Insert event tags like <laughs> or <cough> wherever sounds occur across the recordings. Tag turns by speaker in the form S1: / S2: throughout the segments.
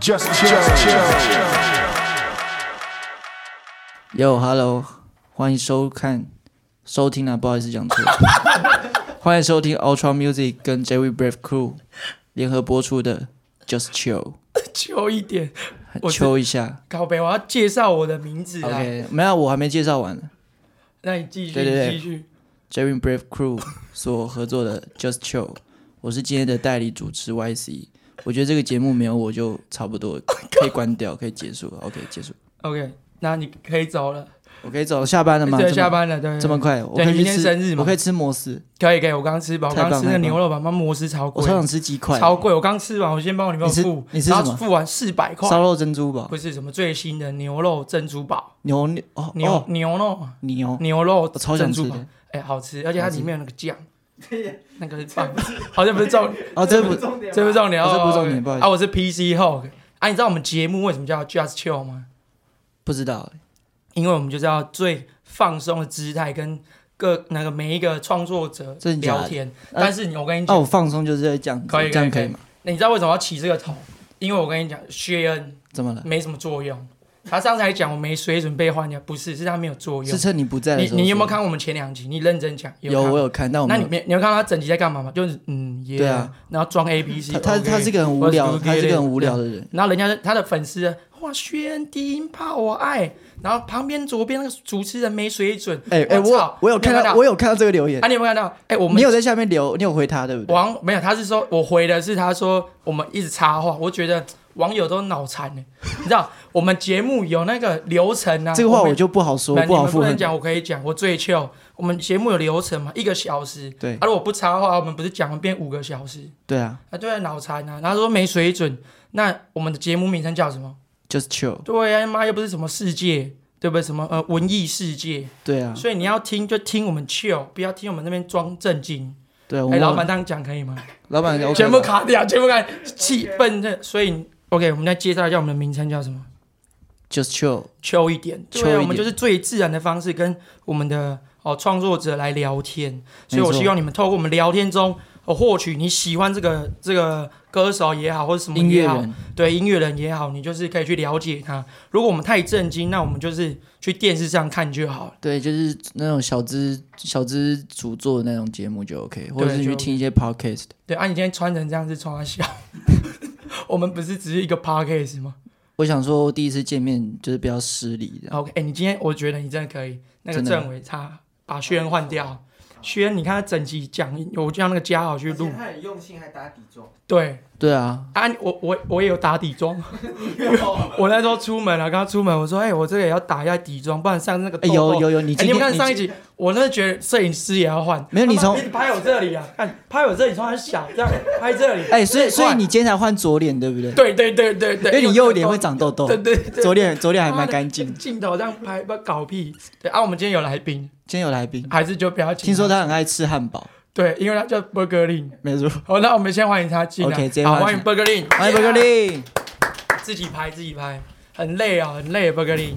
S1: Just chill, chill.
S2: Yo Hello，欢迎收看收听啊，不好意思讲
S3: <laughs>
S2: 错，欢迎收听 Ultra Music 跟 Jerry Brave Crew 联合播出的 Just Chill，
S3: 求一点，我是
S2: 秋一下。
S3: 靠北，我要介绍我的名字啊。
S2: OK，没有，我还没介绍完呢
S3: 那你继续，
S2: 对对对
S3: 你继续。
S2: Jerry Brave Crew 所合作的 Just Chill，我是今天的代理主持 YC。我觉得这个节目没有我就
S3: <laughs>
S2: 差不
S3: Oh
S2: 多了可以关掉，可以结束了。OK，结束。
S3: OK，那你可以走了。
S2: 我可以走，下班了吗？
S3: 对，
S2: 这么
S3: 下班了，对，
S2: 这么快，我
S3: 对
S2: 可以
S3: 你明
S2: 去
S3: 天
S2: 吃
S3: 生日吗
S2: 我可以吃摩斯，
S3: 可以可以，我刚吃饱，我
S2: 太棒
S3: 刚吃
S2: 太
S3: 那
S2: 棒
S3: 牛肉堡，妈摩斯超
S2: 我
S3: 贵
S2: 超，想吃鸡块，
S3: 超贵，我刚吃完，我先帮我女朋友
S2: 你吃
S3: 付，
S2: 你吃
S3: 然
S2: 什
S3: 后
S2: 么
S3: 付完四百块，
S2: 烧肉珍珠堡，
S3: 不是什么最新的牛肉珍珠堡，
S2: 牛牛哦
S3: 牛、
S2: 哦
S3: 牛肉
S2: 牛，
S3: 牛肉
S2: 我超想
S3: 珍
S2: 吃
S3: 珠堡，
S2: 的。
S3: 哎、好吃，而且它
S2: 好吃
S3: 里面有那个酱，那个是棒，好像不是重，
S2: 哦，这不
S3: 这不是重点，
S2: 哦这不
S3: 哦
S2: 重点不好意思
S3: 啊，我是 PC Hog，啊，你知道我们节目为什么叫 Just Chill 吗？
S2: 不知道欸，
S3: 因为我们就是要最放松的姿态跟各那个每一个创作者
S2: 真的假的
S3: 聊天。
S2: 呃
S3: 但是你我跟你
S2: 那
S3: 讲，
S2: 我放松就是在这样，
S3: 可以可以
S2: 这样可
S3: 可以
S2: 吗？
S3: 你知道为什么要起这个头？因为我跟你讲，薛恩
S2: 怎么了？
S3: 没什么作用。他上次还讲我没水准被换掉，不是，是他没有作
S2: 是
S3: 用。
S2: 趁你不在的
S3: 你
S2: 时候
S3: 你有没有
S2: 说的？
S3: 看我们前两集？你认真讲，
S2: 有，
S3: 看
S2: 我有看，但我
S3: 那
S2: 没
S3: 你
S2: 有。
S3: 没你有看到他整集在干嘛吗？就是嗯，耶、
S2: 对啊，
S3: 然后装 A B C，
S2: 他他他是个很无聊，他是个很无聊的人。
S3: 然后人家他的粉丝哇，薛恩低音炮我爱，然后旁边左边那个主持人没水准，
S2: 哎哎，
S3: 我
S2: 我
S3: 操
S2: 我有
S3: 你有
S2: 看
S3: 看
S2: 到，
S3: 到
S2: 我有看到这个留言
S3: 啊，，你有没有看到？哎、我们
S2: 你有在下面留，你有回他对不对？
S3: 网没有，他是说我回的是他说我们一直插话，我觉得网友都脑残呢。你知道我们节目有那个流程啊，
S2: 这个话
S3: 我
S2: 我
S3: 们
S2: 就不好说
S3: 没，有
S2: 不好
S3: 你们
S2: 附
S3: 不
S2: 和
S3: 能。讲，我可以讲，我最 chill。我们节目有流程嘛，一个小时，
S2: 对
S3: 啊，如果不插话，我们不是讲完变五个小时
S2: 对啊
S3: 啊？对啊，脑残啊！然后说没水准，那我们的节目名称叫什么？
S2: ，just chill。
S3: 对呀、妈又不是什么世界，对不对？什么呃文艺世界，
S2: 对啊，
S3: 所以你要听就听我们 chill，不要听我们那边装正经。
S2: 对啊，我
S3: 哎、
S2: 们
S3: 老板这样讲可以吗？
S2: 老板 OK 吧
S3: 全部卡掉，全部卡掉，气氛的。所以，OK，我们再介绍一下我们的名称叫什么？
S2: just chill。
S3: 秋一点，
S2: 秋一
S3: 对啊，
S2: 点
S3: 我们就是最自然的方式跟我们的哦创作者来聊天。所以我
S2: 没错
S3: 希望你们透过我们聊天中，哦获取你喜欢这个这个歌手也好，或者什么
S2: 音乐
S3: 也好
S2: 人，
S3: 对音乐人也好，你就是可以去了解他。如果我们太震惊，那我们就是去电视上看就好了。
S2: 对，就是那种小资小资主做的那种节目就 OK，或者是
S3: 就
S2: 去
S3: OK
S2: 听一些 podcast。
S3: 对啊，你今天穿成这样是穿他笑， <laughs> 我们不是只是一个 podcast 吗？
S2: 我想说，第一次见面就是比较失礼的。
S3: OK，哎、你今天我觉得你真的可以，那个
S2: 真的吗
S3: 政委他把薛恩换掉，薛恩你看他整集讲，我就让那个嘉豪去录，
S2: 哦
S4: 他很用心，还打底妆。
S3: 对
S2: 对啊，
S3: 啊，我我我也有打底
S2: <laughs>
S3: 妆，
S2: 哦
S3: 我那时候出门了，刚刚出门我说，哎、我这个也要打一下底妆，不然上次那个
S2: 哎、
S3: 痘痘
S2: 有有有，你
S3: 哎
S2: 今
S3: 你们
S2: 天、
S3: 看
S2: 你
S3: 上一集，我那觉得摄影师也要换，
S2: 没有你
S3: 他妈
S2: 从
S3: 一直拍我这里啊，看拍我这里，从很小这样拍这里，
S2: 哎、所以所以
S3: 怪
S2: 你今天才换左脸对不对？
S3: 对对对对对，
S2: 因为你右脸会长痘痘
S3: 对，对对，
S2: 左脸左脸还
S3: 妈
S2: 蛮
S3: 的
S2: 干净。
S3: 镜头这样拍，不搞屁，对啊，我们今天有来宾，
S2: 今天有来宾，
S3: 还是就不要请
S2: 听说
S3: 他。
S2: 他很爱吃汉堡，
S3: 对，因为他叫 Burger Lin。
S2: 没错。
S3: 好，那我们先欢迎他进来。
S2: OK，直接
S3: 好，
S2: 欢
S3: 欢
S2: 迎
S3: 迎 Burger Lin。
S2: 欢迎伯格利，
S3: 自己拍自己拍，很累啊，很累。Burger Lin，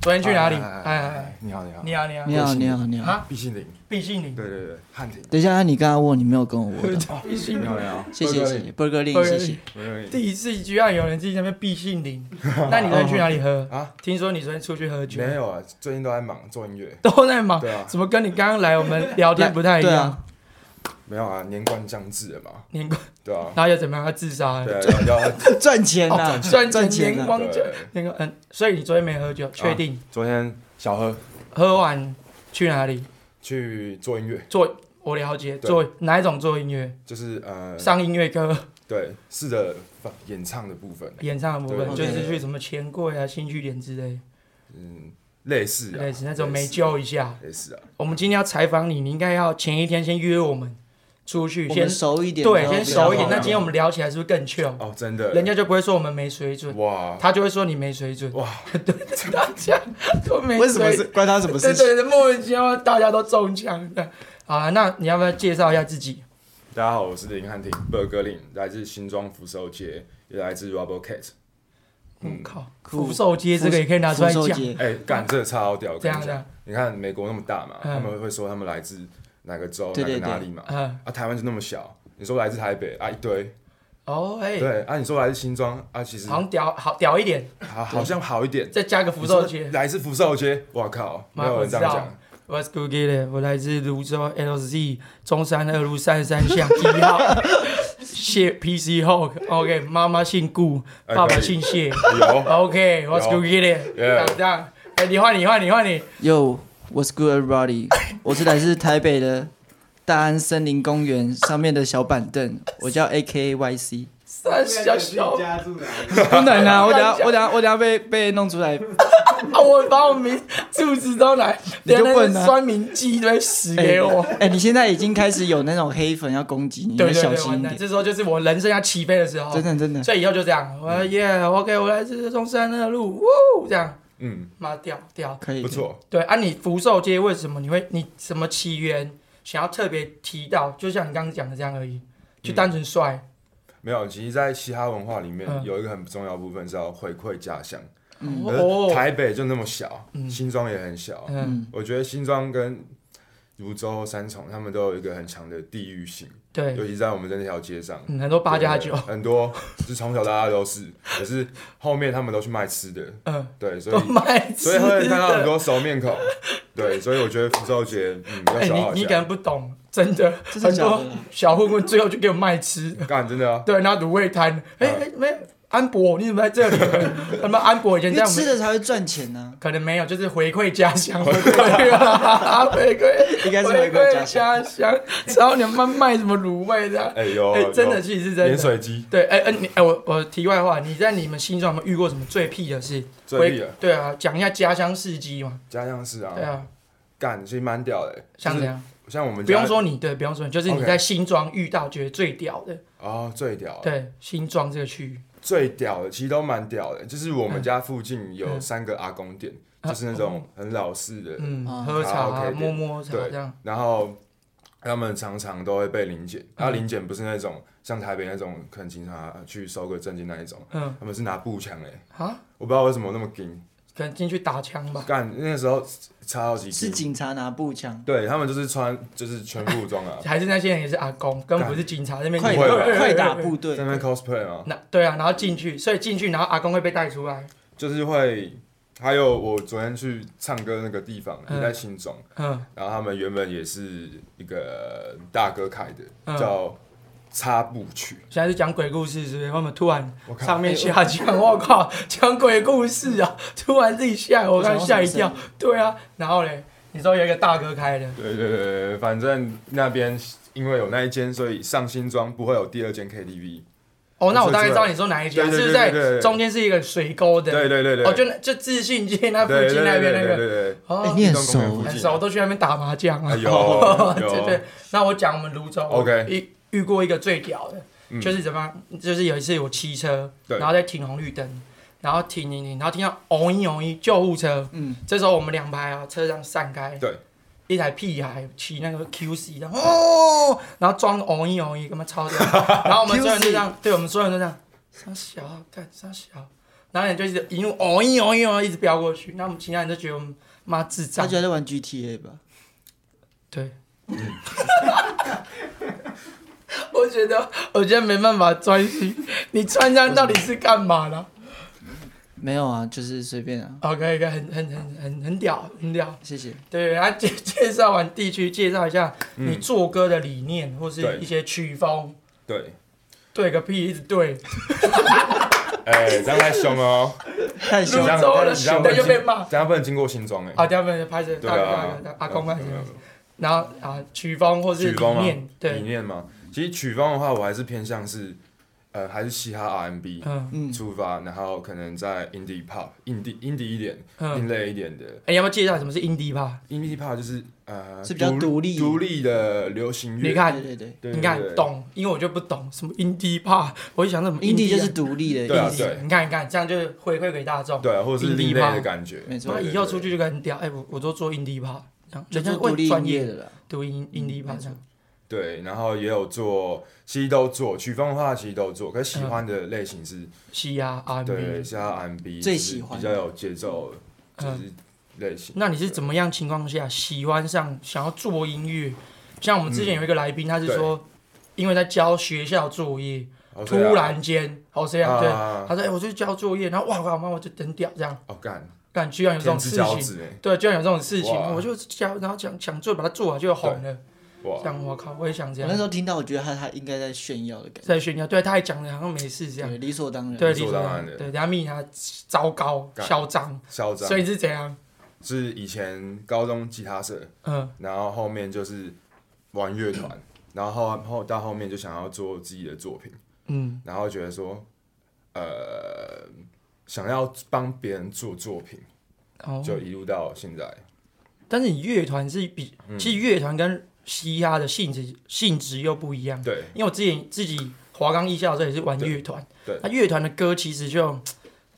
S3: 昨天去哪里？哎哎，哎，
S4: 你好，你好，
S3: 你好你好
S2: 你好你好你好。
S3: 啊，
S4: 毕信林，
S3: 毕竟你
S4: 对对对，汉庭，
S2: 等一下，你刚刚问你没有跟我问到，
S3: 哦毕竟
S4: 你好，你好，
S2: 谢谢谢谢伯格利，
S3: Burger
S2: 谢
S3: Lin
S2: 谢。
S4: 谢
S3: 第一次居然有人自己在那边毕姓林，那你昨天去哪里喝？
S4: 啊，
S3: 听说你昨天出去喝酒，
S4: 没有啊，最近都在忙做音乐，
S3: 都在忙
S4: 对啊，
S3: 怎么跟你刚刚来我们聊天不太一
S2: 对
S3: 样？
S2: 啊，
S4: 没有啊，年关将至了嘛，
S3: 年关，
S4: 对啊，
S3: 然后又怎么样？他自杀了，
S4: 对啊，要要，
S3: <laughs>
S2: 赚钱呐、
S3: 哦赚
S2: 赚
S3: 钱
S2: 钱呐、
S3: 年光
S4: 对
S3: 就那个嗯，所以你昨天没喝酒，确定？
S4: 昨天小喝
S3: 喝完去哪里？
S4: 去做音乐，
S3: 做我了解，
S4: 对
S3: 做哪一种做音乐？
S4: 就是
S2: 嗯
S4: 呃，
S3: 上音乐课
S4: 对，试着放演唱的部分，
S3: <laughs> 演唱的部分，就
S2: 对
S3: 是去什么钱柜啊、新据点之类，
S4: 嗯，类似啊，
S3: 类似那种没救一下。
S4: 类似啊，
S3: 我们今天要采访你，你应该要前一天先约我们出去，
S2: 我
S3: 先
S2: 们熟一点，
S3: 对，
S2: 然后
S3: 先
S2: 比较
S3: 熟一点。
S2: 好
S3: 那今天我们聊起来是不是更 chill？
S4: 哦，真的，
S3: 人家就不会说我们没水准，
S4: 哇，
S3: 他就会说你没水准。
S4: 哇，
S3: <laughs> 对，大家都没
S2: 为什么
S3: 水
S2: 是关他什么事
S3: 对
S2: 情？
S3: 对对，莫名其妙大家都中枪的。好啊，那你要不要介绍一下自己？
S4: 大家好，我是林汉庭，伯格林，来自新庄福寿街，也来自 Rubber Cat。
S3: 嗯，靠，
S2: 酷
S3: 福寿街这个也可以拿出来
S2: 福
S3: 讲
S2: 寿。街
S4: 哎、干这个超屌！我
S3: 这
S4: 跟
S3: 样
S4: 你
S3: 这
S4: 讲，
S3: 样
S4: 你看美国那么大嘛，
S3: 嗯
S4: 他们会说他们来自哪个州、
S2: 对对
S4: 哪个哪里嘛，啊
S3: 嗯
S4: 啊，台湾就那么小，你说来自台北啊一堆，
S3: 哦，哎，
S4: 对，啊，你说来自新庄啊，其实
S3: 好
S4: 好
S3: 像屌好屌一点，
S4: 好像好一点。
S3: 再加个福寿街
S4: 你说。来自福寿街，哇靠，没
S3: 妈，
S4: 有
S3: 我
S4: 人
S3: 知
S4: 这样
S3: 道
S4: 讲。
S3: What's good, g i 我来自泸州 LZ 中山二路三十三巷一
S4: <laughs>
S3: 号。谢 PC Hawk，OK，、妈妈姓顾，
S4: 哎
S3: 爸爸
S4: 可以
S3: 姓谢。 <laughs>
S4: 有
S3: OK，What's、good, g i
S4: Yeah
S3: 这样，哎、你换你换你换你，
S2: Yo, what's
S3: <laughs>
S2: good, everybody？我是来自台北的大安森林公园上面的小板凳，我叫 A K Y C。
S3: 三小小
S5: 家住哪里？
S2: 不
S3: <laughs>
S2: 能啊，我等下我等下我等下被被弄出来。
S3: 啊！我把我名住址都来，
S2: <laughs> 你就
S3: 等下那
S2: 笨
S3: 个
S2: 啊
S3: 酸民寄一堆屎
S2: 哎
S3: <laughs> 给我。
S2: 哎，你现在已经开始有那种黑粉要攻击你，你
S3: 对
S2: 要
S3: 对
S2: 小
S3: 对，
S2: 心
S3: 完
S2: 一
S3: 蛋！
S2: 点。
S3: 这时候就是我人生要起飞的时候，
S2: 真的真 <laughs> 的，
S3: 所以以后就这样，
S2: 嗯
S3: 我耶、yeah,，OK，我来自中山二路，呜，这样，
S4: 嗯，
S3: 妈屌屌，
S2: 可以。
S4: 不错，
S3: 对啊，你福寿街为什么你会你什么起源想要特别提到？就像你刚刚讲的这样而已，就
S2: 嗯
S3: 单纯帅。
S4: 没有。其实，在嘻哈文化里面
S3: 嗯，
S4: 有一个很重要的部分是要回馈家乡。
S2: 嗯
S4: 可
S3: 哦
S4: 是，台北就那么小，
S3: 嗯
S4: 新庄也很小，
S3: 嗯，
S4: 我觉得新庄跟泸州、三重，他们都有一个很强的地域性，
S3: 对，
S4: 尤其在我们这条街上，
S3: 嗯很多八加九
S4: 对，很多是从小到大都是，可是后面他们都去卖吃的，
S3: 嗯，
S4: 对，所
S3: 都
S4: 以
S3: 卖
S4: <laughs> 所
S3: 吃
S4: 以会看到很
S3: 的。
S4: 多熟面孔，对，所以我觉得福州节，嗯，要
S3: 哎，
S4: 小好
S3: 你你
S4: 一
S3: 可能
S4: 下，
S3: 不懂，真的，
S2: 真的
S3: 很
S2: 假的
S3: 多小混混最后就给我卖吃的，
S4: 干真的啊，
S3: 对，然后卤味摊，哎哎没。安博，你怎么在这里？ <laughs> 他妈安博以前
S2: 因
S3: 在
S2: 为
S3: 我
S2: 吃
S3: 们
S2: 的才会赚钱啊 <laughs> 呢。
S3: 可能没有，就是回馈家乡，回馈，回馈，
S2: 应该是
S3: 回馈
S2: 回馈
S3: 家
S2: 家乡
S3: 乡。然后你们卖什么卤味这样？
S4: 哎有
S3: 哎、
S4: 有
S3: 真的，其实是真
S4: 盐
S3: 的。
S4: 水鸡
S3: 对，哎、哎，你哎、我我题外话，你在你们心中有没有遇过什么最屁的事？
S4: 最厉害，
S3: 对啊，讲一下家乡事迹嘛。
S4: 家乡是
S3: 对
S4: 啊，
S3: 啊，
S4: 干其实蛮屌的，
S3: 像
S4: 就
S3: 这
S4: 是
S3: 样，
S4: 像我们
S3: 不用
S4: 家
S3: 说你，对，不用说你，就是你
S4: OK
S3: 在新庄遇到觉得最屌的，
S4: 哦，最屌，
S3: 对，新庄这个区域，
S4: 最屌的，其实都蛮屌的，就是我们家附近
S3: 嗯
S4: 有
S3: 嗯
S4: 三个阿公店，
S3: 啊
S4: 就是那种很老式的，
S3: 嗯，
S2: 哦
S3: 喝茶、
S4: 好
S3: 啊、
S4: ，OK，
S3: 摸摸茶
S4: 对
S3: 这样，
S4: 然后他们常常都会被临检，
S3: 嗯
S4: 然后临检不是那种像台北那种，可能警察去收个证件那一种，
S3: 嗯，
S4: 他们是拿步枪哎、
S3: 啊，
S4: 我不知道为什么那么硬，
S3: 可能进去打枪吧。，
S4: 干那时候超级
S2: 是
S4: 硬，
S2: 警察拿步枪，
S4: 对他们就是穿就是全副武装啊
S3: <laughs> 还是那些人也是阿公，根本
S4: 干
S3: 不是警察那边
S2: 快
S4: 不会
S2: 打
S3: <laughs>
S2: 快打
S4: 吧
S2: 部队
S4: 在。那边 cosplay 嘛，
S3: 那对啊，然后进去，所以进去，然后阿公会被带出来。
S4: 就是会。还有我昨天去唱歌那个地方
S3: 嗯
S4: 也在新庄，
S3: 嗯，
S4: 然后他们原本也是一个大哥开的，
S3: 嗯
S4: 叫插步曲。
S3: 现在是讲鬼故事，是不是？我们突然
S4: 我靠
S3: 上面下降，我靠，讲鬼故事啊！突然自己吓，我刚吓一跳。对啊，然后嘞，你说有一个大哥开的，
S4: 对对对对，对反正那边因为有那一间，所以上新庄不会有第二间 KTV。
S3: 哦，那我
S4: 我
S3: 大概
S4: 知
S3: 知
S4: 道
S3: 道你说哪一家，
S4: 对
S3: 是
S4: 对
S3: 不是
S4: 对对
S3: 在
S4: 对
S3: 中间是一个水沟的？
S4: 对对对对，
S3: 哦，就那就自信街那附
S4: 对
S3: 近那边那
S4: 对对
S3: 个。
S4: 对对
S2: 哎，
S3: 哦，
S2: 你很
S4: 运动公园附
S2: 熟
S4: 近
S2: 哎，
S3: 很熟，我都去那边打麻将啊。 <laughs>
S4: 哎有有
S3: 对对。那我讲我们泸州
S4: OK 嗯
S3: 遇遇过一个最屌的，就是怎么样，就是有一次我骑车，
S4: 对
S3: 然后在停红绿灯，然后停停停，然后听到哦嗡一嗡一救护车，
S2: 嗯，
S3: 这时候我们两排啊车上散开，
S4: 对，
S3: 一台屁孩骑那个 QC 然后哦，然后装嗡一嗡一，他妈超
S4: <laughs>
S3: 屌，然后我们所有人就这样，对我们所有人就这样，三小干三小。然后你就一直一路哦一哦一哦一直飙过去，那我们其他人就觉得我们妈智
S2: 他
S3: 障
S2: 觉，得在玩 GTA 吧？
S3: 对。 <laughs> 我觉得，我觉得没办法专心。你穿这样到底是干嘛 <laughs> 呢
S2: 没有啊，就是随便啊。
S3: ？OK，一个很很很很很屌，很屌。
S2: 谢 <laughs> 谢。
S3: 对，然后介介绍完地区，介绍一下你做歌的理念或是
S4: 嗯对
S3: 一些曲风。
S4: 对，
S3: 对个屁，一直对。
S4: 哎，这样太凶了哦，
S2: 太
S4: 这
S2: 凶
S3: 泸
S4: 样
S2: 了，
S3: 州的
S4: 这样
S3: 那就
S4: 不能
S3: 被
S4: 经
S3: 骂。
S4: 这样不能经过新庄
S3: 啊，
S4: 哎。
S3: 第二份拍摄，
S4: 对
S3: 大
S4: 啊
S3: 哥，大哥，阿公拍摄
S4: 没有没有没有。
S3: 然后啊，曲风或是
S4: 曲
S3: 理
S4: 风嘛
S3: 念，，
S4: 理
S3: 对，
S4: 念嘛，其实曲风的话，我还是偏向是，呃，还是嘻哈 RMB
S3: 嗯
S2: 嗯
S4: 出发，然后可能在 indie pop、indie indie 一点、另
S3: 嗯。
S4: 类一点的
S3: 哎，要不要介绍什么是 indie 吧？
S4: indie pop，就是呃
S2: 是比较独立
S4: 独立的流行乐。
S3: 你看
S2: 对，对对
S4: 对，对
S3: 你看，懂，因为我就不懂什么 indie pop，我就想什么
S2: ，Indie 就
S3: 啊
S2: 是独立的
S4: 对啊
S2: 意思，
S4: 对
S3: 你看你看，这样就回馈给大众。
S4: 对，或者是
S3: indie
S4: 另类
S3: pop
S4: 的感觉。
S2: 没错
S3: 那
S4: 对
S3: 以后出去，就很屌，哎，我我都做 indie pop，这样
S2: 就
S3: 人
S2: 是
S3: 家
S2: 独
S3: 会
S2: 立
S3: 专
S2: 音
S3: 业
S2: 乐
S3: 的
S2: 的啦。
S3: 读 in indie
S2: 没
S3: pop 这样。
S4: 对对，然后也有做，其实都做，曲风的话其实都做，可是喜欢的类型是，
S3: 西啊嗯 R
S4: 对，
S3: B，
S4: 是它 R&B
S2: 最
S4: 就是
S2: 喜欢
S4: 比
S2: 的
S4: 较有节奏，就是类型。
S3: 嗯那你是怎么样情况下喜欢上想要
S4: 嗯
S3: 做音乐？像我们之前有一个来宾，他是说，因为在教学校作业，
S4: 哦
S3: 突
S4: 对啊
S3: 然间，好这样对
S4: 啊，
S3: 他说哎我去交作业，然后哇哇妈我就扔掉这样，
S4: 哦干，
S3: 但居然有这
S4: 天
S3: 种
S4: 之
S3: 事
S4: 骄
S3: 情，
S4: 子哎，
S3: 对，居然有这种事情，
S4: 哇
S3: 我就交，然后想想做把它做好就红了，这
S4: 哇，
S3: 样我靠，我也想这
S2: 我
S3: 样
S2: 那时，候听到，我觉得他他应该在炫耀的感
S3: 在炫耀，对，他还讲的好像没事这
S2: 觉，
S3: 样，
S2: 对，理所当然。
S3: 对，
S4: 嗯理所当然的
S3: 对，人家命他糟糕
S4: 干
S3: 嚣张，
S4: 嚣张
S3: 所，以是怎样？
S4: 是以前高中吉他社，
S3: 嗯，
S4: 然后后面就是玩乐团，然后后后到后面就想要做自己的作品，
S3: 嗯，
S4: 然后觉得说，呃，想要帮别人做作品，
S3: 哦，
S4: 就一路到现在。
S3: 但是你乐团是比，
S4: 嗯
S3: 其实乐团跟嘻哈的性质性质又不一样。
S4: 对
S3: 因为我之前自己华冈艺校的时候也是玩
S4: 对
S3: 乐团，
S4: 对
S3: 那乐团的歌其实就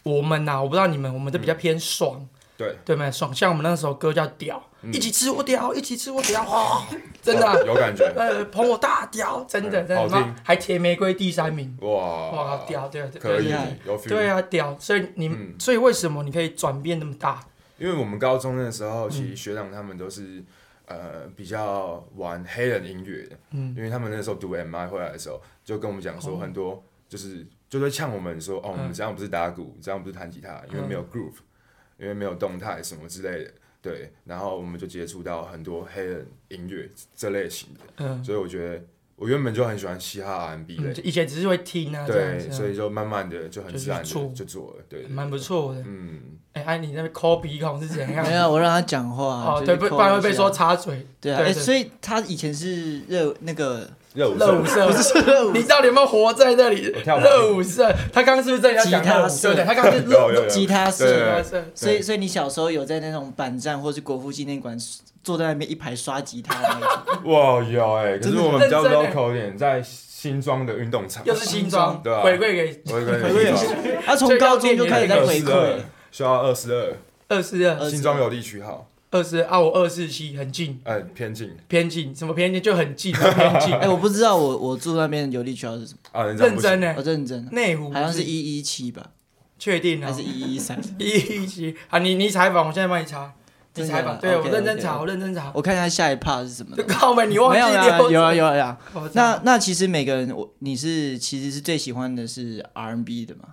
S3: 我们呐、我不知道你们，我们都
S4: 嗯
S3: 比较偏爽，
S4: 对，
S3: 对没？爽，像我们那首歌叫《屌》，一起吃我屌，一起吃我屌，哇、真的啊、
S4: 嗯哇有感觉，
S3: 呃，捧我大屌，真的，
S4: 嗯
S3: 真的，
S4: 好听
S3: 妈还甜玫瑰第三名，
S4: 哇
S3: 哇，，屌，对啊，对啊
S4: 可以
S2: 厉害，
S4: 有 feel，
S3: 对啊，屌，所以你，
S4: 嗯
S3: 所以为什么你可以转变那么大？
S4: 因为我们高中的时候，其
S3: 嗯
S4: 实学长他们都是、呃比较玩黑人音乐的，
S3: 嗯哦
S4: 因为他们那时候读 MI 回来的时候，就跟我们讲说很多就是、就会呛我们说，
S3: 嗯
S4: 哦，我们这样不是打鼓，这样不是弹吉他，因为没有 groove，、因为没有动态什么之类的。对，然后我们就接触到很多黑人音乐这类型的，
S3: 嗯，
S4: 所以我觉得我原本就很喜欢嘻哈 R&B 类
S3: 嗯，就，以前只是会听啊，这样
S4: 对，
S3: 子啊，
S4: 所以就慢慢的就很
S3: 就去
S4: 自然的
S3: 做
S4: 就做了，对，对
S3: 蛮不错的。
S4: 嗯，
S3: 哎，哎，你那边抠鼻孔是怎样？
S2: 没有，我让他讲话。
S3: 哦，
S2: 就是
S3: 对，不
S2: 扣
S3: 不然会
S2: 一下
S3: 被说。插嘴。
S2: 对啊，
S3: 对
S2: 哎，
S3: 对
S2: 所以他以前是热那个
S4: 热舞
S3: 热
S4: 社
S3: 舞社，你到底有没有活在那里
S4: 我？跳舞
S3: 热舞社，他刚刚是不是在要讲
S2: 吉他
S3: 热舞
S2: 社
S3: 社？对，他刚刚是
S4: 有有
S3: 热
S4: 有
S2: <laughs>
S4: 有
S2: 吉他
S4: 对
S3: 吉
S2: 社，
S3: 他社。
S2: 所以所以你小时候有在那种板站或是国父纪念馆坐在那边一排刷吉他的那
S3: <laughs>
S2: 种，
S4: 哇，有哎、可
S2: 真
S4: 是
S2: 的
S4: 我们比较
S3: 认真欸
S4: local 一点，在新庄的运动场，
S3: 又是新装，
S4: 对啊
S3: 回馈给
S4: 我跟
S2: 回馈他从高中就开始在回
S4: 二
S2: 馈，
S4: 需要二十二，
S3: 二四二
S2: 22
S4: 新庄有地区号，
S3: 二四啊，我二四七很近，
S4: 哎、偏近
S3: 偏近，什么偏近就很近，偏近。
S2: 哎，我不知道我我住那边有利区
S3: <laughs>
S2: 号是什么，
S4: 啊，人
S3: 认真
S4: 呢，
S3: 呢
S2: 我，认真，
S3: 内湖
S2: 好像是一一七吧，
S3: 确定
S2: 还
S3: 啊
S2: 是，一一
S3: <laughs>
S2: 三？
S3: 一一七啊，你你采访，我现在帮你查，你
S2: 真的
S3: 采访，
S2: 啊
S3: 对我
S2: OK，
S3: 认真
S2: OK，
S3: 查，
S2: OK
S3: 我认真查，
S2: 我看一下下一 part 是什么
S3: 就。靠门你忘
S2: 没
S3: 记
S2: 有啦，
S3: 了，
S2: 有啊有啊有啊。
S3: 我操
S2: 那那其实每个人，我你是其实是最喜欢的是 R&B 的嘛？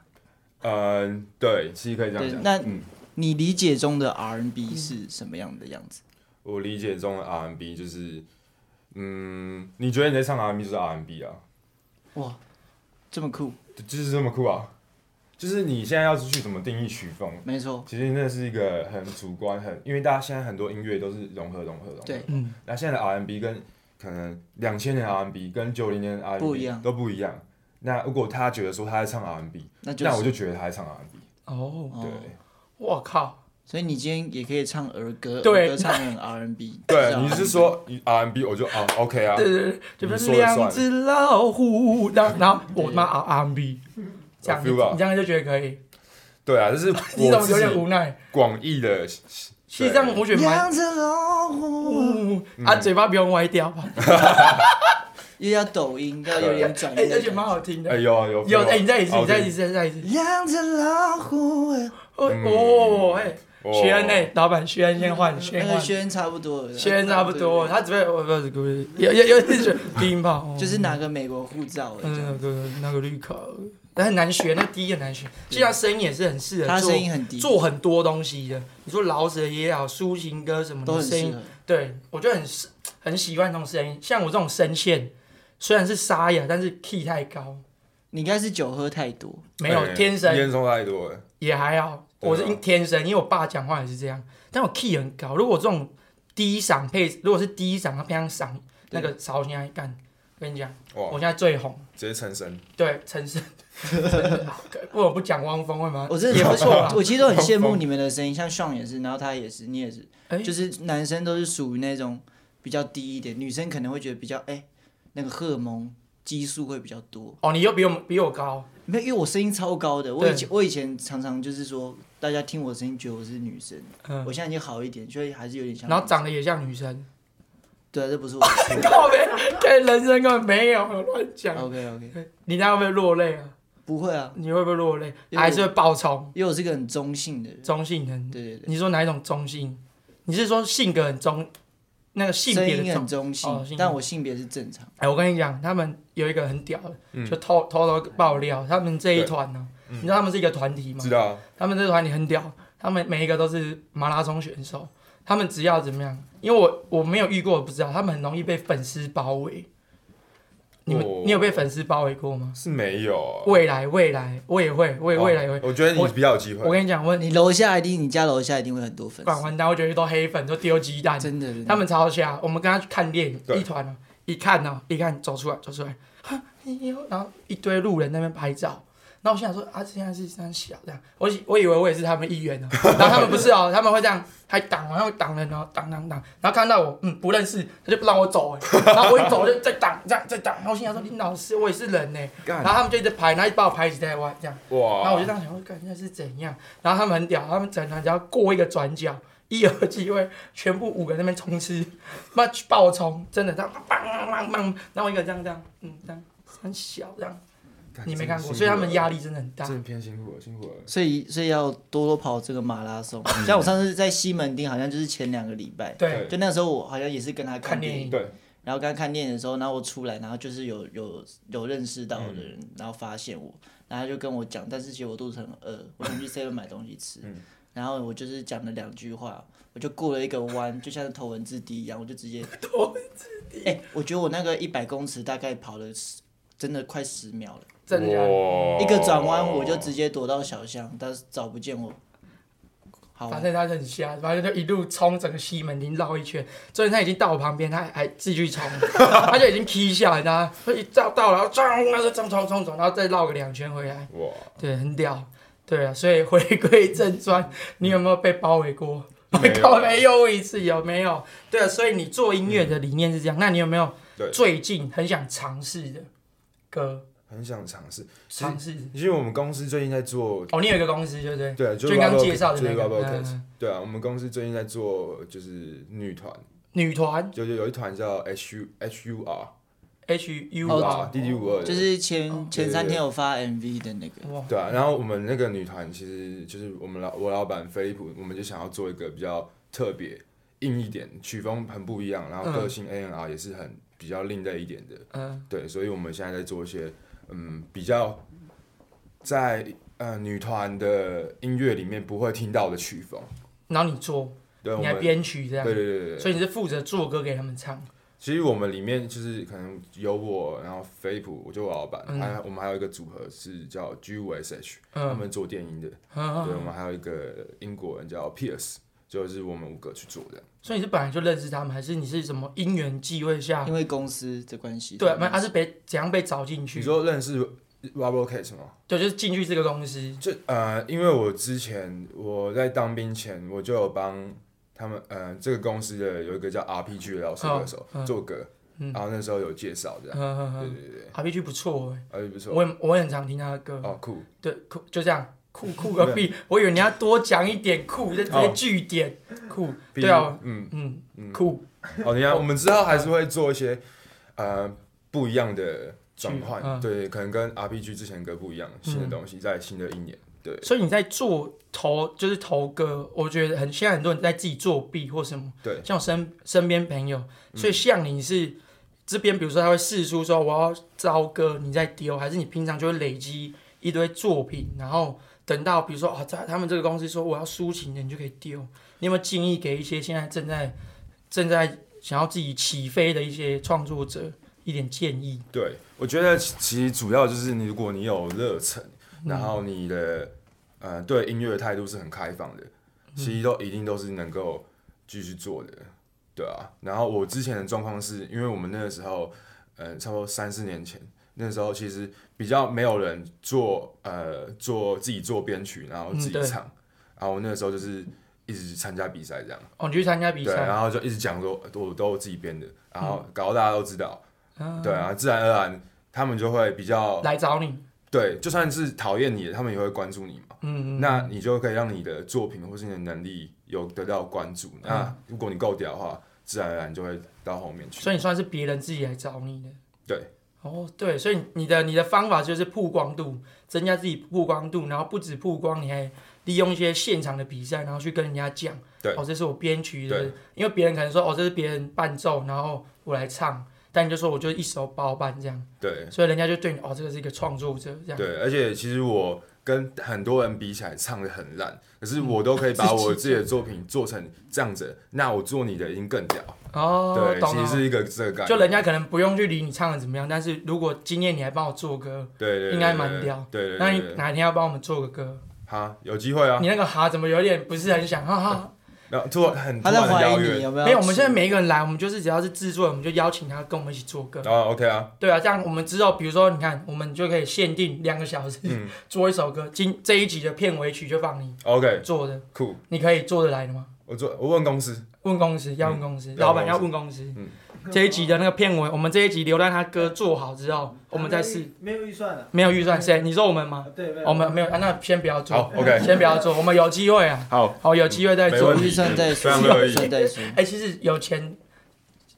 S4: 嗯、对，其实可以这样
S2: 对
S4: 讲。
S2: 那
S4: 嗯，
S2: 你理解中的 R&B 是什么样的样子？
S4: 我理解中的 R&B 就是，嗯，你觉得你在唱 R&B 就是 R&B 啊，
S2: 哇，这么酷，
S4: 就是这么酷啊，就是你现在要去怎么定义曲风？
S2: 没错，
S4: 其实那是一个很主观，很因为大家现在很多音乐都是融合融合融合，
S2: 对，
S3: 嗯，
S4: 那现在的 R&B 跟可能两千年 R&B 跟九零年 R&B
S2: 不一样
S4: 都不一样。那如果他觉得说他在唱 R&B，
S2: 那就是
S4: 那我就觉得他在唱 R&B。
S3: 哦，
S2: 哦
S4: 对、
S3: 我靠。
S2: 所以你今天也可以唱儿歌，
S3: 对
S2: 儿歌唱得很 R&B。
S4: 对，你是说 R&B，我就啊 OK 啊，
S3: 对对对，就
S4: 你
S3: 是
S4: 说了算
S3: 两只老虎，然后然后我妈 R R B，这样你
S4: feel 到
S3: 你这样就觉得可以，
S4: 对啊，这是
S3: <laughs> 你
S4: 我
S3: 怎么有
S4: 自
S3: 点
S4: 己
S3: 无奈？
S4: 广义的，
S3: 其实这样我觉得蛮
S2: 两只老虎，
S3: 嗯啊，嘴巴不用歪掉吧，
S2: 又要抖音，要有点转
S3: 哎，而且
S2: 音
S3: 蛮。好听
S4: 哎
S3: 的。
S4: 有啊有
S3: 有哎，你再一次，
S4: 好嗯
S3: 你再一次，再一次。
S2: 两只老虎，哎
S3: 哦哦哎，
S4: 哦
S3: 轩恩哎，老板轩恩先换，
S2: 那
S3: 轩
S2: 个
S3: 换，
S2: 轩呃差不多了，
S3: 轩恩差不多，
S2: 对，
S3: 他只会我不是不是，有有有点是冰吧，哦
S2: <laughs> 就是拿个美国护照这样
S3: 嗯。对对那个绿卡，但很难学，那低很难学。其实他声音也是很适合做，
S2: 他声音很低
S3: 做很多东西的。你说饶舌也好，抒情歌什么
S2: 都
S3: 的
S2: 很
S3: 声
S2: 适
S3: 音
S2: 合，。
S3: 对我就很喜很喜欢那种声音。像我这种声线，虽然是沙哑，但是 key 太高，
S2: 你应该是酒喝太多，
S3: 没有、
S4: 哎
S3: 天生
S4: 烟抽太多了，
S3: 也还好。
S4: 对啊
S3: 我是因天生，因为我爸讲话也是这样，但我 key 很高。如果这种低嗓配，如果是低嗓，他配上嗓那个潮现在干，跟你讲，我
S4: 哇，
S3: 现在最红。
S4: 直接成神，
S3: 对，陈升， <laughs> 不我不讲汪峰会吗？
S2: 我真的
S3: 也不错啦。
S2: 我其实都很羡慕你们的声音，像 Sean 也是，然后他也是，你也是，
S3: 哎
S2: 就是男生都是属于那种比较低一点，女生可能会觉得比较哎、那个荷尔蒙激素会比较多。
S3: 哦，你又比我们比我高，
S2: 没有，因为我声音超高的，我以
S3: 对
S2: 前我以前常常就是说，大家听我声音觉得我是女生，
S3: 嗯
S2: 我现在已经好一点，所以还是有点像。
S3: 然后长得也像女生，
S2: 对啊，这不是我的错。
S3: 靠呗，对，人生根本没有乱讲。
S2: OK OK，
S3: 你那会不会落泪啊？
S2: 不会啊，
S3: 你会不会落泪？
S2: 因为我
S3: 还是会爆冲？
S2: 因为我是个很中性的人。
S3: 中性人，
S2: 对对对，
S3: 你说哪一种中性？你是说性格很中那个性
S2: 声
S3: 别的
S2: 音
S3: 重
S2: 很中性
S3: 哦性别，
S2: 但我性别是正常。
S3: 哎，我跟你讲，他们有一个很屌的，就偷偷偷爆料，他们这一团呢、你知道他嗯们是一个团体吗
S4: 知？道啊，
S3: 他们这个团体很屌，他们每一个都是马拉松选手，他们只要怎么样，因为我我没有遇过，我不知道，他们很容易被粉丝包围。你们，
S4: 哦
S3: 你有被粉丝包围过吗？
S4: 是没有。啊哦
S3: 未来，未来，我也会，哦我也未来也会。
S4: 我觉得你比较有机
S3: 我
S4: 会。
S3: 跟你讲，我
S2: 你楼下一定，你家楼下一定会很多粉
S3: 管
S2: 丝，
S3: 完单，我觉得都黑粉，都丢鸡蛋。
S2: 真的。真的
S3: 他们超瞎，我们跟他去看电影，
S4: 对
S3: 一团哦，一看哦，一看走出来，走出来，哈，哎呦然后一堆路人在那边拍照。然后我心想说啊，现在是这样小这样，我以我以为我也是他们一员呢、然后他们不是哦，他们会这样还挡哦，他们挡人哦，挡挡挡，然后看到我嗯不认识，他就不让我走哎，然后我一走就再挡这样再挡，然后我心想说你老师我也是人呢，
S4: 干
S3: 然后他们就一直排，然后一直把我排挤在外这样，
S4: 哇！
S3: 然后我就这样想说，看现在是怎样？然后他们很屌，他们整团只要过一个转角，一有机会，全部五个在那边冲刺，妈爆冲，真的这样，砰砰砰砰，然后一个这样这样，嗯，这样很小这样，
S4: 干
S3: 你没看过，
S4: 真的辛苦了
S3: 所以他们压力真的很大。
S4: 真的偏辛苦了，辛苦了。
S2: 所以所以要多多跑这个马拉松。像我上次在西门町，好像就是前两个礼拜，
S3: 对，
S2: 就那时候我好像也是跟他
S3: 看
S2: 看
S3: 电
S2: 电
S3: 影
S2: 影，
S4: 对，
S2: 然后刚看电影的时候，然后我出来，然后就是有有有认识到的人，然后发现我，然后他就跟我讲，但是其实我肚子很 <laughs> 饿，我想去 seven 买东西吃，然后我就是讲了两句话，我就过了一个弯，就像是头文字 D 一样，我就直接 <laughs> 头文字 D，哎、我觉得我那个一百公尺大概跑了十，真的快十秒了。
S3: 真的假的。
S4: 哇
S2: 一个转弯我就直接躲到小巷，但是找不见我。好啊
S3: 反，正他就很瞎，反正就一路冲整个西门町绕一圈，最后他已经到我旁边，他还还继续冲，他就已经劈下来，你知道吗？他一到到了，然后冲，然后就冲冲冲冲，然后再绕个两圈回来。
S4: 哇，
S3: 对，很屌。对啊，所以回归正传，你有没有被包围过？
S4: 没
S3: 我
S4: 有
S3: 靠， <laughs> 没有一次，有没有？对啊，所以你做音乐的理念是这样，那你有没有
S4: 对
S3: 最近很想尝试的歌？
S4: 很想尝试。其
S3: 尝试
S4: 因为我们公司最近在做，
S3: 哦，你有一个公司，对不对？
S4: 对啊，就
S3: 就刚刚介绍的那
S4: 最
S3: 个
S4: 高 b
S3: 嗯
S4: o 对啊，我们公司最近在做就是女团，
S3: 女团
S4: 就是有一团叫 H U H U R
S3: H U
S2: 哦
S3: R，
S4: D D 五二，
S2: 就是
S3: 哦
S2: 前前三天有发 MV 的那个，
S3: 哇，
S4: 对啊，然后我们那个女团其实就是我们老我老板飞利浦，我们就想要做一个比较特别硬一点，曲风很不一样，然后个性 A N R 也是很比较另类一点的，
S3: 嗯，
S4: 对，所以我们现在在做一些嗯比较在呃女团的音乐里面不会听到的曲风，
S3: 然后你做，
S4: 对，我
S3: 你还
S4: 们
S3: 编曲这
S4: 对
S3: 样，
S4: 对对对对，
S3: 所以你是负责做歌给他们唱，
S4: 其实我们里面就是可能有我，然后飞利浦，我就我老板，
S3: 嗯
S4: 还有我们还有一个组合是叫 G 五 S H，他
S3: 嗯，
S4: 们做电音的。对，我
S3: 嗯
S4: 们还有一个英国人叫 Pierce，就是我们五个去做的。
S3: 所以你是本来就认识他们，还是你是什么因缘际会下？
S2: 因为公司的关系。
S3: 对啊，没有，他是被怎样被找进去
S4: 你？说认识 Rubber Case 吗？
S3: 对，就是进去这个公司，
S4: 就呃，因为我之前我在当兵前，我就有帮他们呃这个公司的有一个叫 RPG 的老
S3: 哦
S4: 师歌手、做歌，然后那时候有介绍这样，呃
S3: 嗯
S4: 对
S3: 嗯
S4: 对对
S3: 嗯，RPG 嗯不错哎，
S4: 而且不错，
S3: 我也我也很常听他的歌，
S4: 哦酷，
S3: 对，酷就这样，酷酷个屁，我以为你要多讲一点酷，就直接句点酷，对啊，
S4: 哦嗯，
S3: 嗯，酷，
S4: 哦，你看，我们之后还是会做一些呃不一样的转换，
S3: 嗯
S4: 对，可能跟 RPG 之前的歌不一样，新的东西在新的一年，对。
S3: 所以你在做投就是投歌，我觉得很现在很多人在自己作弊或什么，
S4: 对
S3: 像我身身边朋友，所以像你是。这边比如说他会试出说我要招歌，你再丢，还是你平常就会累积一堆作品，然后等到比如说啊，在他们这个公司说我要抒情的，你就可以丢。你有没有建议给一些现在正在正在想要自己起飞的一些创作者一点建议？
S4: 对，我觉得其其实主要就是你，如果你有热忱，
S3: 嗯
S4: 然后你的呃对音乐的态度是很开放的，
S3: 嗯
S4: 其实都一定都是能够继续做的，对啊。然后我之前的状况是因为我们那个时候，呃，差不多三四年前，那时候其实比较没有人做呃做自己做编曲，然后自
S3: 嗯
S4: 己
S3: 对
S4: 唱，然后我那个时候就是一直参加比赛这样。
S3: 哦，你去参加比
S4: 对，啊
S3: 赛，
S4: 然后就一直讲说，我都我自己编的，然后搞到大家都知道，对，啊然
S3: 嗯
S4: 后自然而然他们就会比较
S3: 啊来找你，
S4: 对，就算是讨厌你的，他们也会关注你嘛，嗯，那你就可以让你的作品或是你的能力有得到关注，那如果你够屌的话，自然而然就会到后面去，
S3: 嗯所以你算是别人自己来找你的。
S4: 对，
S3: 哦，对，所以你的你的方法就是曝光度，增加自己曝光度，然后不止曝光，你还利用一些现场的比赛，然后去跟人家讲，
S4: 对
S3: 哦，这是我编曲的
S4: 对，
S3: 因为别人可能说哦，这是别人伴奏，然后我来唱，但你就说我就一手包办这样，
S4: 对
S3: 所以人家就对你哦，这个是一个创作者这样，
S4: 对，而且其实我跟很多人比起来唱的很
S3: 嗯
S4: 烂，可是我都可以把
S3: 自己
S4: 我自己的作品做成这样子，那我做你的已经更屌。
S3: 哦，
S4: 对，
S3: 懂
S4: 其
S3: 了
S4: 实。是一个这个概念。
S3: 就人家可能不用去理你唱的怎么样，但是如果今天你还帮我做歌，
S4: 对对对
S3: 应该蛮屌
S4: 对对对
S3: 那
S4: 对
S3: 你
S4: 对对，
S3: 哪天要帮我们做个歌？
S4: 好，有机会啊
S3: 你。那个哈怎么有点不是很想哈哈？
S4: 然后突然很突
S2: 他在
S4: 然的
S2: 怀
S4: 邀
S2: 疑你
S4: 约，
S2: 有没有？
S3: 没有，我们现在每一个人来，我们就是只要是制作人，我们就邀请他跟我们一起做歌。
S4: 然后 OK 啊，
S3: 对啊，这样我们之后，比如说你看，我们就可以限定两个小时、
S4: 嗯
S3: <laughs> 做一首歌，今这一集的片尾曲就放你
S4: OK
S3: 做的，
S4: 酷。
S3: 你可以做得来的吗？
S4: 我做我问公司，
S3: 问公司，要问公司，
S4: 嗯
S3: 老板要问公司。
S4: 嗯
S3: 这一集的那个片尾，我们这一集留在他歌做好之后，我们再试。
S5: 没有预算了，
S3: 没有预算，谁？你说我们吗？
S5: 啊对，没有
S3: 我们没有啊，那先不要做。
S4: 好 OK
S3: 先不要做，我们有机会啊，
S4: 好，
S3: 好，有机会再
S4: 没
S3: 做
S4: 问。题
S2: 预算再说，
S4: 非常乐
S2: 预
S4: 意
S2: 算再说，
S3: 哎、其实有钱，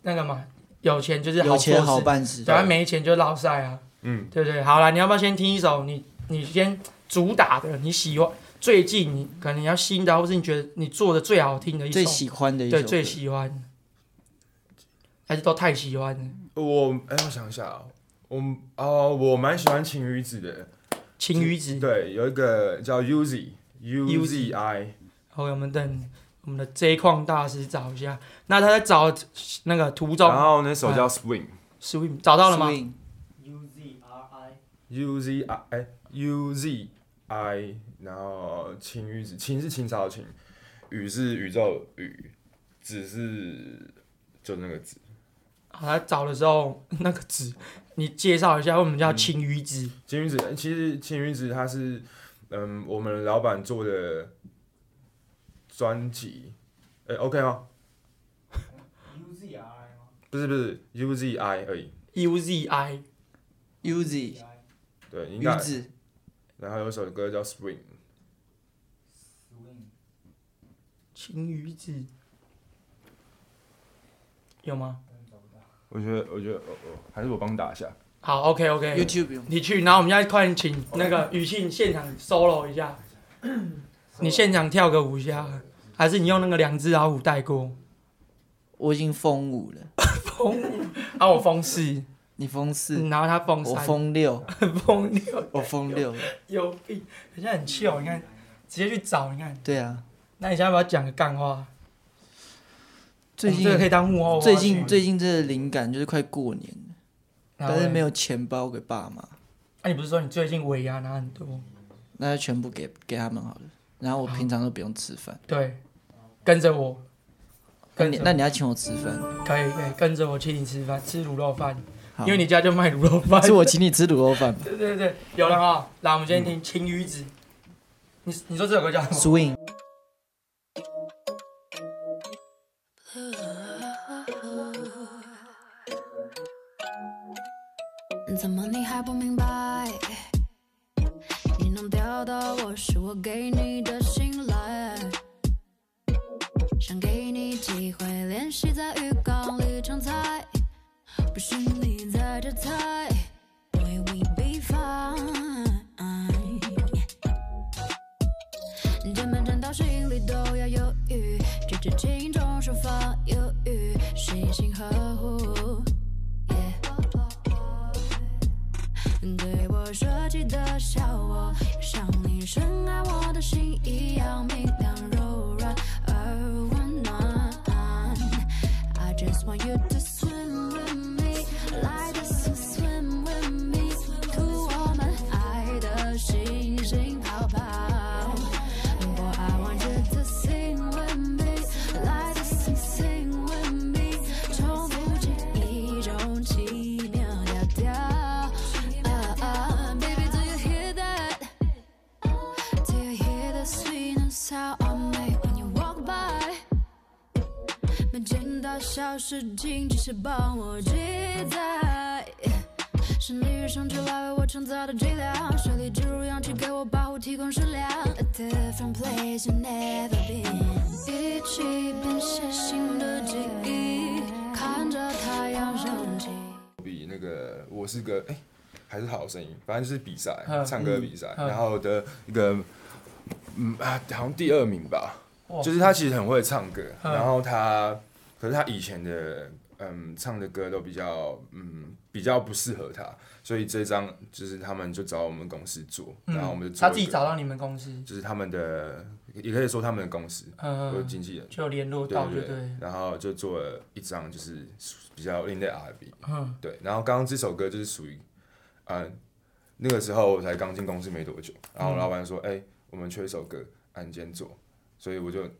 S3: 那个嘛，有钱就是
S2: 有钱
S3: 好
S2: 好
S3: 办，
S2: 办事
S3: 对，。啊没钱就落晒啊，
S4: 嗯，
S3: 对不对？好了，你要不要先听一首你你先主打的，你喜欢最近你可能你要新的，或是你觉得你做的最好听的一首，
S2: 最喜欢的一首
S3: 对
S2: 歌，
S3: 最喜欢，还是都太喜欢了？
S4: 我哎，我想一下啊，我哦，我蛮喜欢晴雨子的，
S3: 青鱼子，
S4: 对，有一个叫嗯 Uzi U Z I，
S3: 好，我们等我们的 J 矿大师找一下。那他在找那个途中
S4: 然后那首叫 Swing
S3: ，Swim 找到了吗？
S2: Swing，
S5: U Z R I
S4: U Z I 哎 U Z I，然后晴雨子，晴是晴朝的晴，雨是宇宙雨，子是就那个子，
S3: 好，他找的时候那个纸，你介绍一下，我们
S2: 嗯
S3: 叫青鱼子。
S4: 青云子，呃其实青云子他是，嗯，我们老板做的专辑，哎、o k 吗？
S5: U Z R I 吗
S4: 不是不是，UZI 而已，
S3: U Z I
S2: Uzi，
S4: 对，应
S2: 鱼
S4: 该。
S2: 子，
S4: 然后有首歌叫 Spring，
S5: ？Swing
S3: 青鱼子有吗？
S4: 我觉得我觉得哦哦，还是我帮你打一下。
S3: 好，OK OK，
S2: YouTube 用
S3: 你去，然后我们现在快点请那个雨庆现场 solo 一
S2: <clears throat>
S3: 下，你现场跳个舞一下，还是你用那个两只老虎带过？
S2: 我已经封五了，
S3: 啊，我封四，
S2: 你封四，
S3: 嗯然后他封
S2: 我
S3: 三，
S2: 封六，
S3: <laughs> 封六，
S2: 我封六，
S3: 有病，人家很 chill，你看，直接去找，你看，
S2: 对啊，
S3: 那你现在要不要讲个干话？
S2: 最
S3: 我们
S2: 近
S3: 这个可以当幕后花絮，
S2: 最近最近这个灵感就是快过年了，
S3: 然后
S2: 但是
S3: 嘞
S2: 没有钱包给爸妈，
S3: 那、你不是说你最近尾牙拿很多？
S2: 那就全部给给他们好了。然后我
S3: 啊
S2: 平常都不用吃饭，
S3: 对，跟着我，
S2: 那
S3: 跟
S2: 你
S3: 着
S2: 那你要请我吃饭，
S3: 可以可以跟着我请你吃饭，吃卤肉饭，
S2: 好
S3: 因为你家就卖卤肉饭。
S2: 是我请你吃卤肉饭吧
S3: <laughs> 对对对，有了啊！来，我们先听《青鱼子》你你说这首歌叫什么？
S2: ，Swing。
S6: 怎么你还不明白？你能钓到我是我给你的信赖。想给你机会练习在浴缸里唱菜，不是你在这猜，Boy we be fine。键盘战到声音里都要犹豫，举止轻重手法犹豫，细心呵护。Yeah 对我设计的笑我，像你深爱我的心一样明亮、柔软而温暖。I just want you to swim with me, like this and swim with me，吐我们爱的星星泡泡。Boy, I want you to sing with me, like this and sing with me，重复记忆中奇妙调调。啊啊，Baby, do you hear that? Do you hear the sweetness how I make when you walk by? 没见到小事情，只是帮我记载。是你日上之来为我创造的剂量，水里植入氧气给我保护，提供食粮。A different place you never been，一起编写新的记忆，看着太阳升起。
S4: 比那个我是个哎、还是好声音，反正就是比赛
S3: 嗯
S4: 唱歌比赛，
S3: 嗯
S4: 然后的一个嗯啊，好像第二名吧
S3: 哇。
S4: 就是他其实很会唱歌，
S3: 哦嗯
S4: 然后他，可是他以前的嗯唱的歌都比较嗯比较不适合他，所以这张就是他们就找我们公司做，然后我们就
S3: 嗯
S4: 做
S3: 他
S4: 一个
S3: 自己找到你们公司，
S4: 就是他们的也可以说他们的公司
S3: 嗯
S4: 或者经纪人，
S3: 就有联络
S4: 对
S3: 到，
S4: 对
S3: 就对。
S4: 然后就做了一张就是比较另类 R&B，
S3: 嗯，
S4: 对，然后刚刚这首歌就是属于，呃，那个时候我才刚进公司没多久，然
S3: 嗯
S4: 后老板说，哎、我们缺一首歌，啊，你今天做，所以我就、就是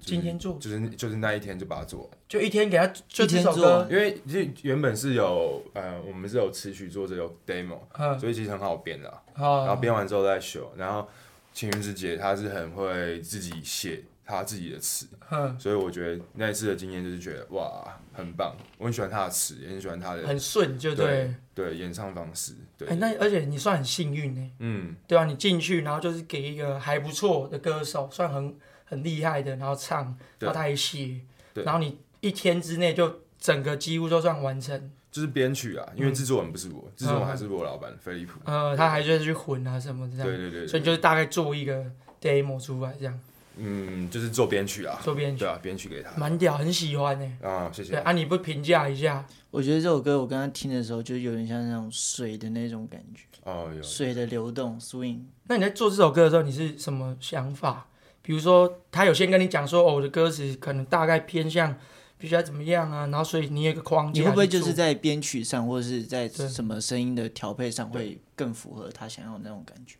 S3: 今天做
S4: 就是就是那一天就把它做完，
S3: 就一天给他就这
S2: 一天
S3: 首
S2: 做
S3: 歌
S2: 完，
S4: 因为就原本是有呃，我们是有持续做这个 demo，、
S3: 嗯，
S4: 所以其实很好编啦，然后
S3: 好，
S4: 编完之后再修，然后情人之姐她是很会自己写她自己的词，
S3: 嗯，
S4: 所以我觉得那一次的经验就是觉得哇，很棒，我很喜欢她的词，也很喜欢她的
S3: 很顺，就对
S4: 对。对演唱方式，对，
S3: 哎，那而且你算很幸运呢，
S4: 嗯。
S3: 对啊，你进去然后就是给一个还不错的歌手，算很很厉害的，然后唱，
S4: 对
S3: 然后他也写，
S4: 对
S3: 然后你一天之内就整个几乎都算完成。
S4: 就是编曲啊，
S3: 嗯
S4: 因为制作人不是我，制作人还是我老板飞利浦。
S3: 呃，他还就是去混啊什么的这样，
S4: 对对对对
S3: 所以你就是大概做一个 demo 出来这样
S4: 嗯，就是做编曲啊，
S3: 做编曲
S4: 对，啊，编曲给他。
S3: 蛮屌，很喜欢呢、
S4: 啊，谢
S3: 对
S4: 谢。
S3: 啊，你不评价一下？
S2: 我觉得这首歌我刚刚听的时候，就有点像那种水的那种感觉，
S4: 哦，有
S2: 水的流动 swing。
S3: 那你在做这首歌的时候，你是什么想法？比如说，他有先跟你讲说，哦，我的歌词可能大概偏向必须要怎么样啊，然后所以你有个框架去做，
S2: 你会不会就是在编曲上，或者是在
S3: 对
S2: 什么声音的调配上，会更符合他想要的那种感觉？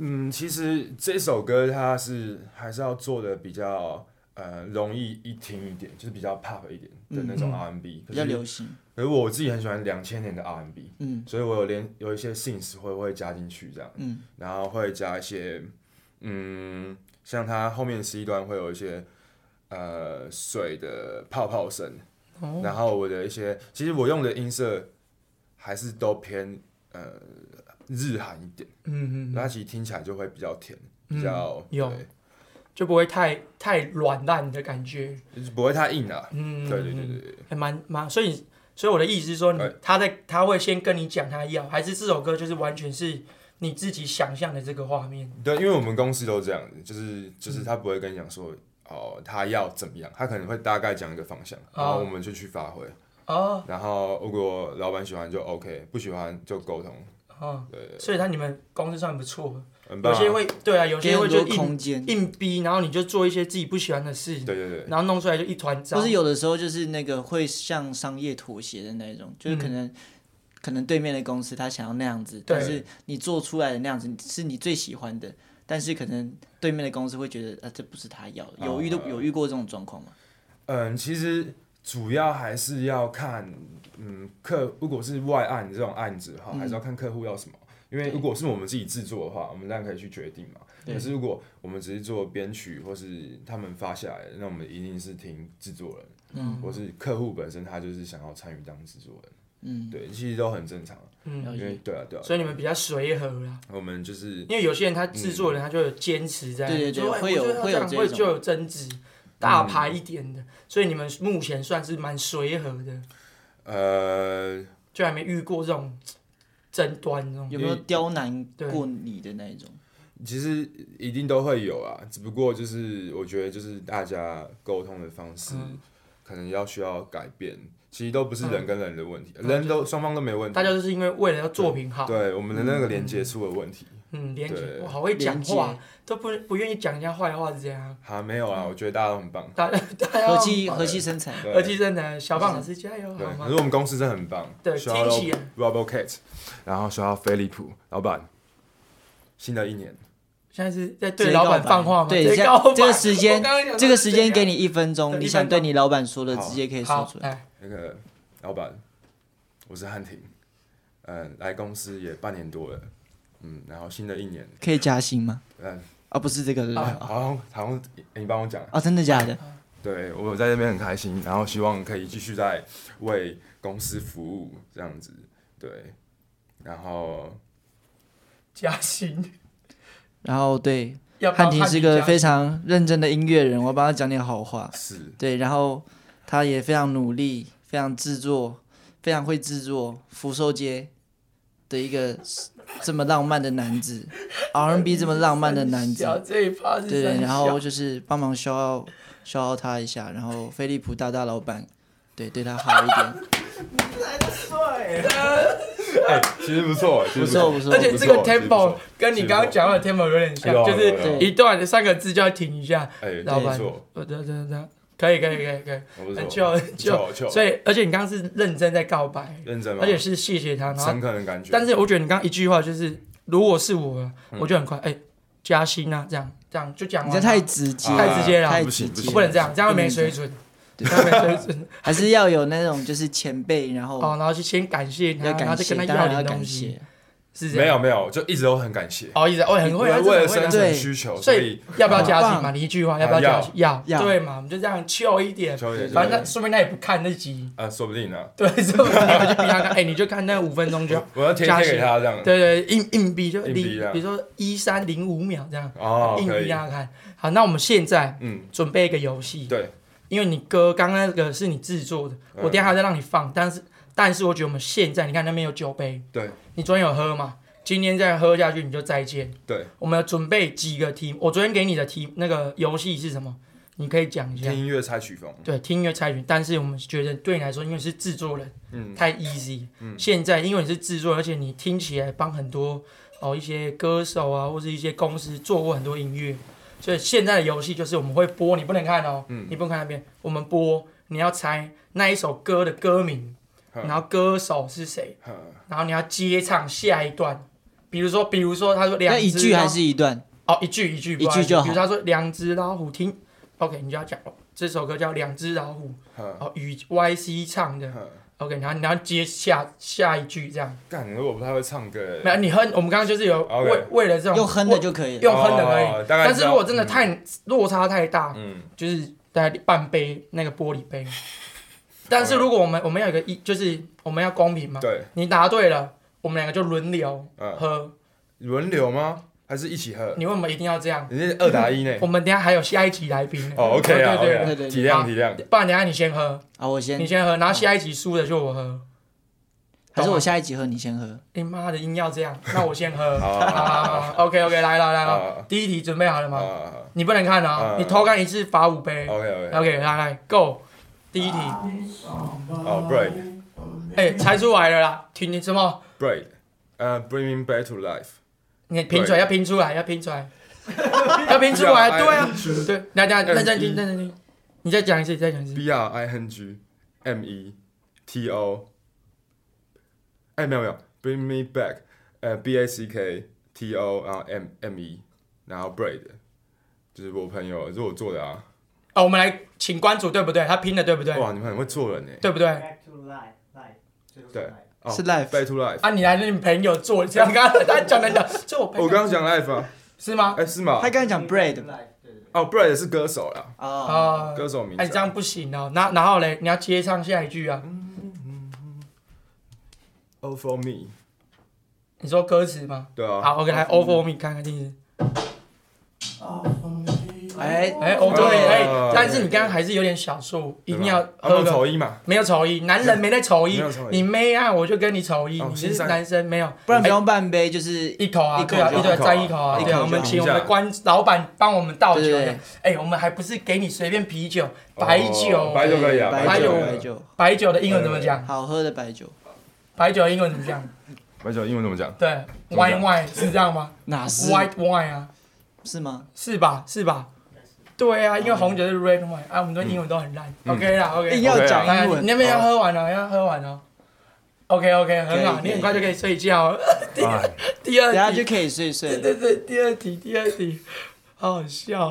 S4: 嗯，其实这首歌它是还是要做的比较呃容易一听一点，就是比较 pop 一点的那
S3: 嗯
S4: 种 R&B，
S2: 比较流
S4: 流。
S2: 行，
S4: 可是我自己很喜欢两千年的 R&B，
S2: 嗯
S4: 所以我有连有一些 synth 会会加进去这样。
S2: 嗯，
S4: 然后会加一些，嗯，像它后面 C 端会有一些呃水的泡泡声，
S3: 哦
S4: 然后我的一些，其实我用的音色还是都偏呃日韩一点，
S3: 嗯嗯嗯，
S4: 那、其实听起来就会比较甜，
S3: 嗯
S4: 比较、
S3: 有
S4: 对
S3: 就不会太太软烂的感觉，
S4: 就是不会太硬啊。
S3: 嗯，
S4: 对对对对对，
S3: 还蛮蛮，所以所以我的意思是说你，
S4: 哎
S3: 他在他会先跟你讲他要，还是这首歌就是完全是你自己想象的这个画面，
S4: 对，因为我们公司都这样子，就是
S3: 嗯
S4: 就是他不会跟你讲说。哦，他要怎么样？他可能会大概讲一个方向，然后我们就去发挥。
S3: 哦
S4: 然后如果老板喜欢就 OK，不喜欢就沟通，
S3: 哦，
S4: 对，
S3: 所以他你们公司算不错，
S4: 很棒、
S3: 有
S4: 啊。
S3: 些会对啊，有
S2: 给
S3: 些会
S2: 很
S3: 就
S2: 多
S3: 硬
S2: 空间，
S3: 硬逼，然后你就做一些自己不喜欢的事，
S4: 对对对，
S3: 然后弄出来就一团糟。
S2: 或是有的时候就是那个会向商业妥协的那种，就是
S3: 嗯
S2: 可能、可能对面的公司他想要那样子，但是你做出来的那样子是你最喜欢的，但是可能对面的公司会觉得啊这不是他要的，有遇
S4: 哦
S2: 都有遇过这种状况吗？
S4: 嗯，其实主要还是要看，嗯，客如果是外案这种案子的
S2: 嗯
S4: 话，还是要看客户要什么。因为如果是我们自己制作的话，我们当然可以去决定嘛。
S2: 对
S4: 可是如果我们只是做编曲或是他们发下来的，那我们一定是听制作人，
S2: 嗯
S4: 或是客户本身他就是想要参与当制作人，
S2: 嗯，
S4: 对，其实都很正常。
S2: 了
S3: 嗯，
S4: 因为
S2: 解。
S4: 对啊对啊，
S3: 所以你们比较随和啦。
S4: 我们就是
S3: 因为有些人他制作人他就有坚持在，
S2: 对嗯对对
S3: 就哎
S2: 会有
S3: 我觉得
S2: 会
S3: 要这样
S2: 有这
S3: 会
S2: 种嗯
S3: 就有争执，大牌一点的，所以你们目前算是蛮随和的，
S4: 呃，
S3: 就还没遇过这种争端这种。
S2: 有没有刁难
S3: 对
S2: 过你的那一种？
S4: 其实一定都会有啊，只不过就是我觉得就是大家沟通的方式
S3: 嗯
S4: 可能要需要改变，其实都不是人跟人的问题，人都双方都没
S2: 嗯
S4: 问题
S3: 嗯大，家就是因为为了要作品好，
S4: 对我们的那个连接出了问题。
S3: 嗯，连
S4: 对
S3: 接我好会讲
S2: 连接
S3: 话，都不不愿意讲人家坏话是这样。
S4: 好，没有啊，
S3: 嗯
S4: 我觉得大家都很棒，
S2: <laughs>
S3: 大大家要
S2: 和气和气生财，
S4: 对
S3: 和气生财，小胖
S2: 和
S3: 老
S2: 气
S3: 师加油
S4: 对
S3: 好，
S4: 可
S3: 吗
S4: 是？我们公司真的很棒，
S3: 对啊
S4: 需要
S3: 听起来
S4: Robo Cat，然后需要飞利浦老板，新的一年，
S3: 现在是在
S2: 直
S3: 对
S2: 接
S3: 老
S2: 告
S3: 板
S2: 白
S3: 放话吗？
S2: 对，
S3: 直
S2: 这
S3: 接告白
S2: 这个时
S3: <laughs>
S2: 间
S3: 我刚刚想说
S2: 这个时间
S3: 是这
S2: 给
S3: 样
S2: 你一分钟，
S3: 对
S2: 你
S3: 一
S2: 想
S3: 分钟
S2: 对你老板说的，
S4: 好
S2: 直接可以说
S3: 好哎
S2: 出，来。
S3: 来，
S4: 那个老板，我是汉庭，嗯，来公司也半年多了，嗯，然后新的一年，
S2: 可以加薪吗？
S4: 嗯。
S2: 啊，不是这个对不对
S4: 啊，好像好像、欸你帮我讲，
S2: 啊，真的假的？
S4: 对我在这边很开心，然后希望可以继续在为公司服务这样子，对，然后
S3: 加薪
S2: 然后对，
S3: 要
S2: 汉庭是个非
S3: 常
S2: 常认真的音乐人，我帮他讲点好话。
S3: <laughs>
S4: 是
S2: 对，然后他也非常努力，非常制作，非常会制作福寿街的一个这么浪漫的男子，R&B
S3: <laughs>
S2: 这么浪漫的男子，
S3: 小这一趴是
S2: 对
S3: 三
S2: 对，
S3: 小
S2: 然后就是帮忙消耗消耗他一下，然后飞利浦大大老板，对对他好一
S3: <laughs>
S2: 点，
S4: 哎，其实不错，哎其实
S2: 不错不错
S3: 而，且这个
S4: 不错其实不
S3: tempo
S4: 错
S3: 跟你刚刚讲到的 tempo 有点像，
S4: 有有
S3: 就是
S4: 有
S2: 有
S3: 一段三个字就要停一下。
S4: 哎，
S3: 老
S4: 不
S3: 板
S4: 错，
S3: 呃，对对对，可以可以可以可以，
S4: 不
S3: 很
S4: 错，
S3: 就很
S4: 就就
S3: 就，所以而且你刚刚是认真在告白，
S2: 啊
S4: 认真吗？
S3: 而且是谢谢他，然后
S4: 诚恳的感觉，
S3: 但是我觉得你刚刚一句话就是，如果是我
S2: 嗯
S3: 啊，我就很快哎加薪啊，这样这样就讲
S2: 你
S3: 完
S2: 这
S3: 了，
S2: 太直接，
S4: 啊
S3: 太直接了
S2: 太
S4: 不行
S2: 直
S4: 不
S2: 接
S4: 行
S3: 我，不能这样，这样会没水准，这样没水
S2: <laughs>
S3: 准。
S2: 还是要有那种就是前辈，然后
S3: 哦，然后就先感谢他，
S2: 要
S3: 然后
S2: 感
S3: 再
S2: 谢，
S3: 跟他
S2: 当然
S3: 要
S2: 要
S3: 点东
S2: 感
S3: 西，
S2: 谢，
S3: 是这
S4: 没
S3: 样。
S4: 有没有，就一直都很感谢，
S3: 哦，一直哦，很会，他真的
S4: 为为了
S3: 很会
S4: 生
S3: 拿
S4: 存
S2: 对
S4: 需求，
S3: 所
S4: 哦所啊
S3: 以要不要
S2: 很
S3: 加薪嘛？
S2: 哦棒
S3: 你一句话要不要加薪？要，
S2: 要
S3: 对嘛？我们就这样 chill 一点，
S4: 求也
S3: 反正他说明他也不看那集，
S4: 啊，说不定呢，
S3: 对， <laughs> 所以我就逼他看，哎，你就看那五分钟就好。
S4: 我要贴贴给他这样，
S3: 对对，硬硬币就
S4: 硬
S3: 零，
S4: 币啊
S3: 比如说一三零五秒这样，
S4: 哦，
S3: 硬
S4: 可
S3: 币
S4: 以，
S3: 让他看。好，那我们现在
S4: 嗯，
S3: 准备一个游戏，
S4: 对，
S3: 因为你歌刚刚那个是你制作的，
S4: 嗯
S3: 我等一下还在让你放，但是但是我觉得我们现在，你看那边有酒杯，
S4: 对，
S3: 你昨天有喝嘛？今天再喝下去你就再见。
S4: 对，
S3: 我们要准备几个题目，我昨天给你的题那个游戏是什么？你可以讲一下
S4: 听。音乐猜曲风，
S3: 对，听音乐猜拳，但是我们觉得对你来说，因为你是制作人，
S4: 嗯，
S3: 太 easy。
S4: 嗯
S3: 现在因为你是制作人，而且你听起来帮很多哦一些歌手啊，或是一些公司做过很多音乐，所以现在的游戏就是我们会播，你不能看哦，
S4: 嗯
S3: 你不能看那边，我们播，你要猜那一首歌的歌名，
S4: 嗯
S3: 然后歌手是谁，
S4: 嗯
S3: 然后你要接唱下一段。比如说，比如说，他说两
S2: 那
S3: 只
S2: 一句
S3: 猫
S2: 还是一段，
S3: 哦，一句一句，
S2: 一句
S3: 不好意思
S2: 就好
S3: 比如他说两只老虎听，OK，你就要讲哦，这首歌叫《两只老虎》，
S4: 嗯
S3: 哦，与 YC 唱的
S4: 嗯
S3: ，OK，然后你要接下下一句这样。
S4: 干，如果不太会唱歌，
S3: 没有，你哼，我们刚刚就是有
S4: OK
S3: 为为了这种
S2: 用哼的就可以了。
S3: 用哼的可以
S4: 哦，大概知道
S3: 但是如果真的太落差太大，
S4: 嗯，
S3: 就是大概半杯那个玻璃杯。但是如果我们我们要有一个一，就是我们要公平嘛，
S4: 对，
S3: 你答对了，我们两个就轮流
S4: 嗯，
S3: 喝。
S4: 轮流吗？还是一起喝？
S3: 你为什么一定要这样？
S4: 你是二打一呢？
S3: 我们等一下还有下一集来宾呢。
S4: 哦，OK 啊
S3: 对对
S2: 对
S4: ，OK，啊
S2: 对
S4: 体
S3: 好
S4: 谅体谅，
S3: 对，不然等一下你先喝，
S2: 啊，我先
S3: 你，先喝，然后下一集输的就我喝。
S2: 还
S3: 懂
S2: 是
S3: 吗
S2: 我下一集喝，你先喝。
S3: 你哎妈的硬要这 <laughs> 样，那我先喝。 <laughs>
S4: 好好好
S3: 啊，OK OK，来了来了
S4: 好，
S3: 第一题准备好了
S4: 好
S3: 吗？
S4: 好好
S3: 你不能看啊，
S4: 嗯
S3: 你偷看一次罚五杯。
S4: ，OK OK，
S3: OK，来来，Go，第一题，
S4: 哦，Break
S3: 哎，猜出来了啦，听你什么？
S4: Break，呃，Bringing Back to Life，
S3: 你拼出来，要拼出来，要拼出来， <laughs> 要拼出来，对啊，对，大家认真听，认真听，你再讲一次，再讲一次，
S4: B R I N G M E T O，哎，没有没有，Bring Me Back，呃，B A C K T O，然后 M M E，然后 Braid，就是我朋友，是我做的啊。
S3: 哦，我们来请关主对不对？他拼的对不对？
S4: 哇，你们很会做人呢。
S3: 对不对？
S5: Back to life, life，最后是
S4: 对
S5: life
S4: 哦
S2: 是 life
S4: Back to Life。
S3: 啊，你来让你朋友做，这样刚刚他讲的讲，这我朋友
S4: 我刚刚讲 Life 啊，
S3: 是吗？
S4: 哎，是吗
S2: 他？刚才讲
S5: Back to
S2: bread
S5: life，对对对
S4: 哦，Braid 是歌手啦，
S2: 啊，
S3: 啊，
S4: 哦歌手名字
S3: 哎，
S4: 啊。
S3: 这样不行哦，那然后嘞，你要接上下一句啊，
S4: All for me，
S3: 你说歌词吗？
S4: 对啊。
S3: 好，OK，来 o f e r me，看看听听。
S2: 哎
S3: 哎，哦对，
S4: 哦
S3: 哎，但是你刚刚还是有点小数，一
S4: 对吧，
S3: 定要
S4: 他们
S3: 喝
S4: 有
S3: 个
S4: 头一嘛。
S3: 没有丑一，男人没在丑一
S4: 没有丑，一
S3: 你妹啊，我就跟你丑一，
S4: 哦
S3: 你
S4: 欣
S3: 是
S4: 赏
S3: 男生没有，
S2: 不然不用半杯，就是
S3: 一口啊，
S2: 一口
S3: 对啊，
S2: 就
S3: 一对啊
S2: 好
S4: 一口啊
S3: 沾一口啊，
S2: 一口
S3: 对啊，
S2: 就
S3: 我们
S2: 好
S3: 请我
S4: 一下
S3: 们的官老板帮我们倒酒
S2: 对对
S3: 的
S2: 对，
S3: 哎，我们还不是给你随便啤酒，白酒
S4: 哦，白酒可以啊，
S2: 白
S3: 白酒
S4: 可以啊
S2: 白酒，
S3: 白酒的英文怎么讲？
S2: 好喝的白酒，
S3: 白酒的英文怎么讲？
S4: 白酒英文怎么讲？
S3: 对
S4: 怎么
S3: ，wine
S4: 讲
S3: wine 是这样吗
S2: 哪是
S3: ？white wine 啊，
S2: 是吗？
S3: 是吧？是吧？对啊，因为红酒是 red wine 啊，我们的英文都很烂
S4: 嗯
S3: ，OK 啦，OK 啦。
S2: 硬要讲
S3: 来，
S2: 英
S3: 哎你
S2: 文哦
S3: 那边要喝完了，要喝完了。OK OK，很好，
S2: 可以
S3: 你很快就可以睡觉 <laughs> 了。
S4: 哎
S3: 第
S2: 等下
S3: 二
S2: 就
S3: 题，
S2: 可以睡睡
S3: 对
S2: 了。
S3: 对对，第二题，第二题，好好笑。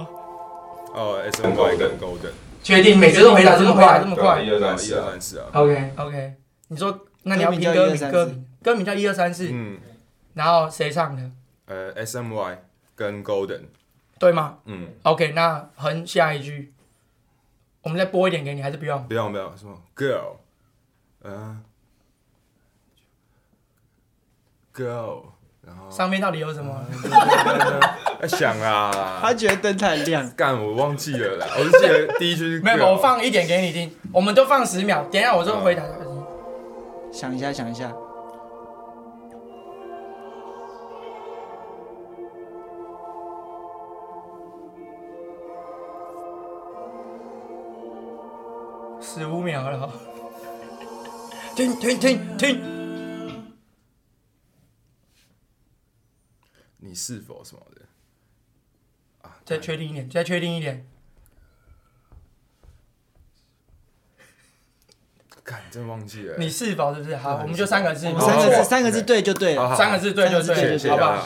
S4: 哦，S N Y 跟 Golden，
S3: 确定每
S5: 次都回答这么快
S3: 这么
S4: 对啊，
S3: 快
S4: 一二三四，一二三四啊。
S3: ？OK OK，你说那你要拼
S2: 歌
S3: 歌
S2: 名
S3: 名，
S2: 叫
S3: 歌名歌名叫一二三四，
S4: 嗯，
S3: 然后谁唱的？
S4: 呃，S M Y 跟 Golden，
S3: 对吗
S4: 嗯，
S3: ？OK，那横下一句，我们再播一点给你，还是不用？
S4: 不要不要，什么 Girl，呃，Girl，然
S3: <laughs>
S4: 后
S3: 上面到底有什么？
S4: 哎想啊
S2: 他，觉得灯太亮，
S4: 干我忘记了啦，我是记得第一句是
S3: <laughs> 没
S4: Girl，
S3: 有，我放一点给你听，我们就放十秒，等一下我就回答。
S2: 想一下想一下，
S3: 十五秒了，停停停停！
S4: 你是否什么的啊？
S3: 再确定一点，再确定一点，
S4: 看，真忘记了。
S3: 你是否是嗯不是？好，我们就三个字，
S2: 我们三个
S4: 好
S2: 字，三个字对就对
S4: 哎好
S2: 了。
S4: 好
S3: 三个字对就
S2: 三个字
S4: 谢
S2: 对
S3: 对，
S4: 谢谢
S3: 好不
S4: 大
S3: 好？
S4: 家。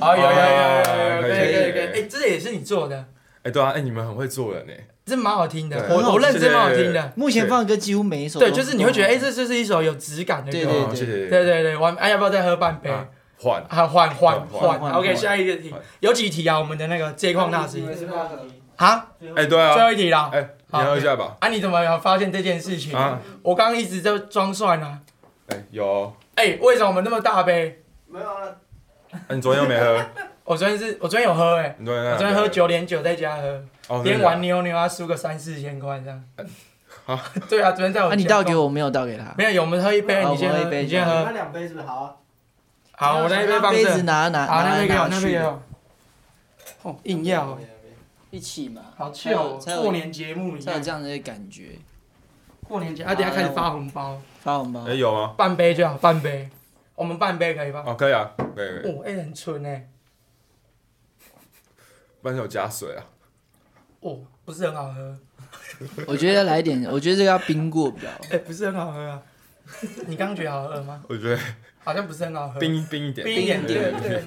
S3: 好，有有有有有有，
S4: 啊
S3: 可以
S4: 可以
S3: 可以
S4: 可以
S3: 可以，哎，这也是你做的，
S4: 哎，对啊，哎，你们很会做人哎。
S3: 这蛮好听的，
S4: 对
S3: 我我认真蛮好听
S4: 对对
S3: 的。
S2: 目前放的歌几乎每一首都，啊
S3: 对，就是你会觉得，哎，这就是一首有质感的
S2: 对
S3: 歌。
S4: 哦谢谢。
S3: 对对对，我们哎，要不要再喝半杯？
S4: 啊换
S3: 啊，换换
S4: 换换
S3: 换
S2: 换
S3: ，OK，
S2: 换
S3: 下一个题
S4: 换，
S3: 有几题啊？我们的那个街况大师
S5: 是吧？
S3: 啊，
S4: 哎，对
S3: 最后
S4: 啊，
S3: 一题啦。
S4: 哎，你喝一下吧。
S3: 啊，你怎么有发现这件事情？
S4: 啊，
S3: 我刚刚一直在装蒜啊。
S4: 哎，有。
S3: 哎，为什么我们那么大杯？
S5: 没有啊，
S4: 哎，你昨天又没喝？
S3: 我昨天是，我昨天有喝哎，
S4: 你昨天
S3: 我
S4: 那
S3: 昨天喝九点九在家喝，
S4: 嗯哦，
S3: 边
S4: 真的啊
S3: 玩妞妞啊，输个三四千块这样
S4: <laughs> 啊。
S3: 对啊，昨天在我
S2: 啊，你
S3: 家
S2: 倒给。我，没有倒给他。
S3: 没有，有我们喝一杯，
S2: 好
S3: 你先
S2: 我喝
S3: 喝，
S2: 一杯
S3: 你先喝
S5: 那。两杯是不是好啊？
S3: 好，我那一杯放
S2: 杯子
S3: 这。
S2: 拿拿
S3: 好，那
S2: 拿
S3: 杯给我，
S2: 拿
S3: 那杯
S2: 去
S3: 给，我。哦，硬要哎，
S2: 一起嘛。
S3: 好气
S2: 才有
S3: 哦！
S2: 才有
S3: 过年节目里
S2: 才有
S3: 面
S2: 这，样的感觉。
S3: 过年节，啊，等一下开始发红包。
S2: 发红包
S4: 哎，，有吗？
S3: 半杯就好，半杯，我们半杯可以吧？
S4: 哦，可以啊，可以可以。
S3: 哦，哎、很纯哎、
S4: 不然有加水啊。
S3: 哦，不是很好喝，
S2: 我觉得要来一点，我觉得这个要冰过比较好。
S3: 哎、不是很好喝啊。你刚觉得好喝吗？
S4: 我觉得
S3: 好像不是很好喝，
S4: 冰冰一点，
S3: 呃冰一点，
S4: 对
S3: 对
S4: 对
S3: 对
S4: 对。。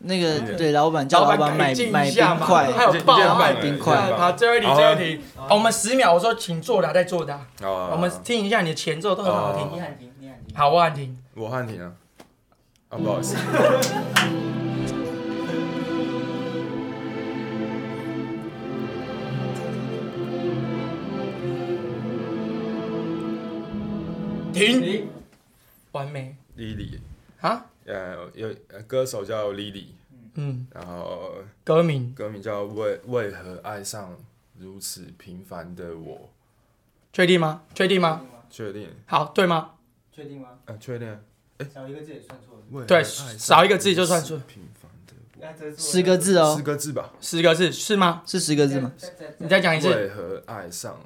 S2: 那个对老板叫老板买
S3: 改进
S2: 买
S3: 一
S2: 冰
S3: 下嘛还
S2: 块，
S3: 有爆
S4: 你这样
S3: 卖
S4: 棒
S2: 冰
S4: 快
S2: 块
S4: 哎。
S3: 好，最后一题，
S4: 好啊
S3: 最后一题，哦我们十秒，我说请作答，再作答。
S4: 哦
S3: 我们听一下你的前奏都很好听。
S4: 哦
S5: 喊停，你喊停。
S3: 好，我喊停。
S4: 我汉庭啊，啊，不好意思，
S3: 停，完美
S4: Lily，
S3: 啊！
S4: 呃，有呃歌手叫 Lily，
S3: 嗯，
S4: 然后
S3: 歌名
S4: 歌名叫《为为何爱上如此平凡的我
S3: 确定吗？确定吗？》，
S4: 确定？
S3: 好，对吗？
S5: 确定吗？
S4: 呃，确定啊。
S5: 少一个字也算错了。
S4: 为何
S3: 对
S4: 爱上
S3: 少一个字就算是
S4: 如此平凡的
S5: 那这是
S2: 十个字
S4: 我，
S2: 哦
S4: 四，个字吧。
S3: 十个字是吗？
S2: 是十个字吗？
S5: 再？再
S3: 你
S5: 再
S3: 再讲一次。
S4: 为何爱上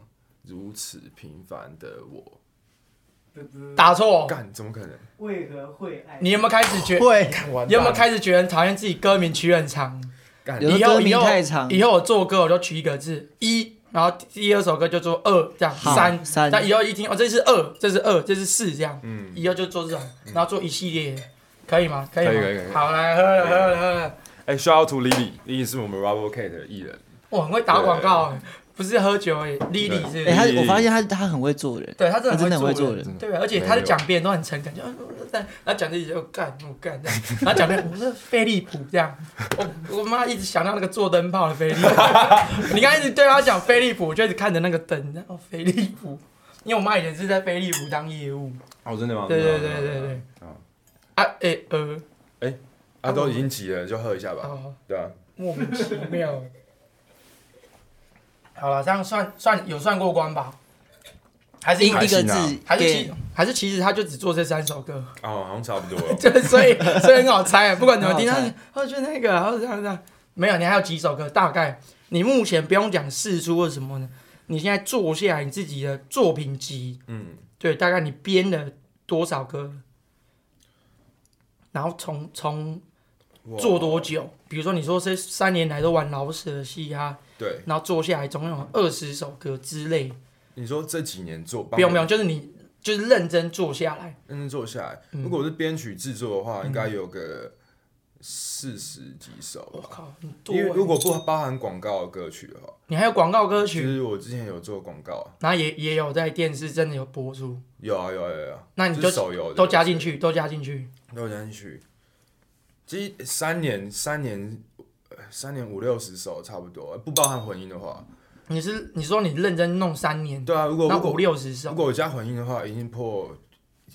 S4: 如此平凡的我？
S5: 不不
S3: 打错。
S4: 干，怎么可能？
S5: 为何会爱？
S3: 你有没有开始觉？
S2: 会，
S3: 你有没有开始觉得很讨厌自己歌名取很长？
S4: 干
S2: 有的
S3: 以后
S2: 歌
S3: 以
S2: 名
S3: 后
S2: 太长。
S3: 以后我做歌我就取一个字一，然后第二首歌就做二这样
S2: 好
S3: 三
S2: 三
S3: 那以后一听哦这是二，这是二，这是四这样，
S4: 嗯，
S3: 以后就做这种，然后做一系列，可以吗？可以吗？
S4: 可以可以可以
S3: 好来喝了喝了喝了，
S4: 哎，shout out to Lily，Lily 是我们 Rubber Cat 的艺人。
S3: 我很会打广告哎，不是喝酒哎，丽丽是不
S2: 哎，
S3: 是。
S2: 他我发现他他很会做人，
S3: 对他真的
S2: 他真的很会做
S3: 做
S2: 人。。
S3: 对，而且他在讲别人都很诚恳，就呃但然后讲自己就干我干这样，然后讲别人我是飞利浦这样，我我妈一直想到那个做灯泡的飞利浦， <laughs> 你刚刚一直对他讲飞利浦，我就一直看着那个灯，然后飞利浦，因为我妈以前是在飞利浦当业务，
S4: 哦，真的吗？
S3: 对对对对对，啊哎呃
S4: 啊，都已经急了，就喝一下吧。
S3: 哦，
S4: 对啊，
S3: 莫名其妙，好了，这样算算有算过关吧？还是
S2: 一
S3: 因为
S2: 一个
S4: 还行啊
S2: 字
S3: 还是
S2: 给
S3: 其还是其实他就只做这三首歌。
S4: 哦，好像差不多
S3: <laughs>
S4: <laughs> 了。
S3: 对，所以所以很好猜，啊不管怎么听，
S2: 很好
S3: 他
S2: 猜
S3: 他就那个，然后这样这样，没有，你还有几首歌，大概你目前不用讲试出或什么呢？你现在做下来你自己的作品集，
S4: 嗯，
S3: 对，大概你编了多少歌，然后从从
S4: 哇
S3: 做多久？比如说你说这三年来都玩老舍嘻哈，
S4: 对，
S3: 然后做下来总共有二十首歌之类，
S4: 你说这几年做，
S3: 不用不用，，就是你就是认真做下来，
S4: 认真嗯做下来。
S3: 嗯
S4: 如果我是编曲制作的话，应该有个四十几首
S3: 我
S4: 吧。
S3: 靠，很多
S4: 因为
S3: 欸，
S4: 如果不包含广告的歌曲的话，
S3: 你还有广告歌
S4: 其
S3: 曲。
S4: 实我之前有做广告啊，
S3: 然后也也有在电视真的有播出，
S4: 有啊有啊有啊有啊，
S3: 那你就
S4: 就是手游的
S3: 都加进，去，都加进去。
S4: 都加进去。其实三年三年呃三年五六十首差不多，不包含混音的话。
S3: 你是你说你认真弄三年，
S4: 对啊，如果
S3: 那
S4: 如果
S3: 五六十
S4: 如
S3: 首
S4: 果我加混音的话，已经破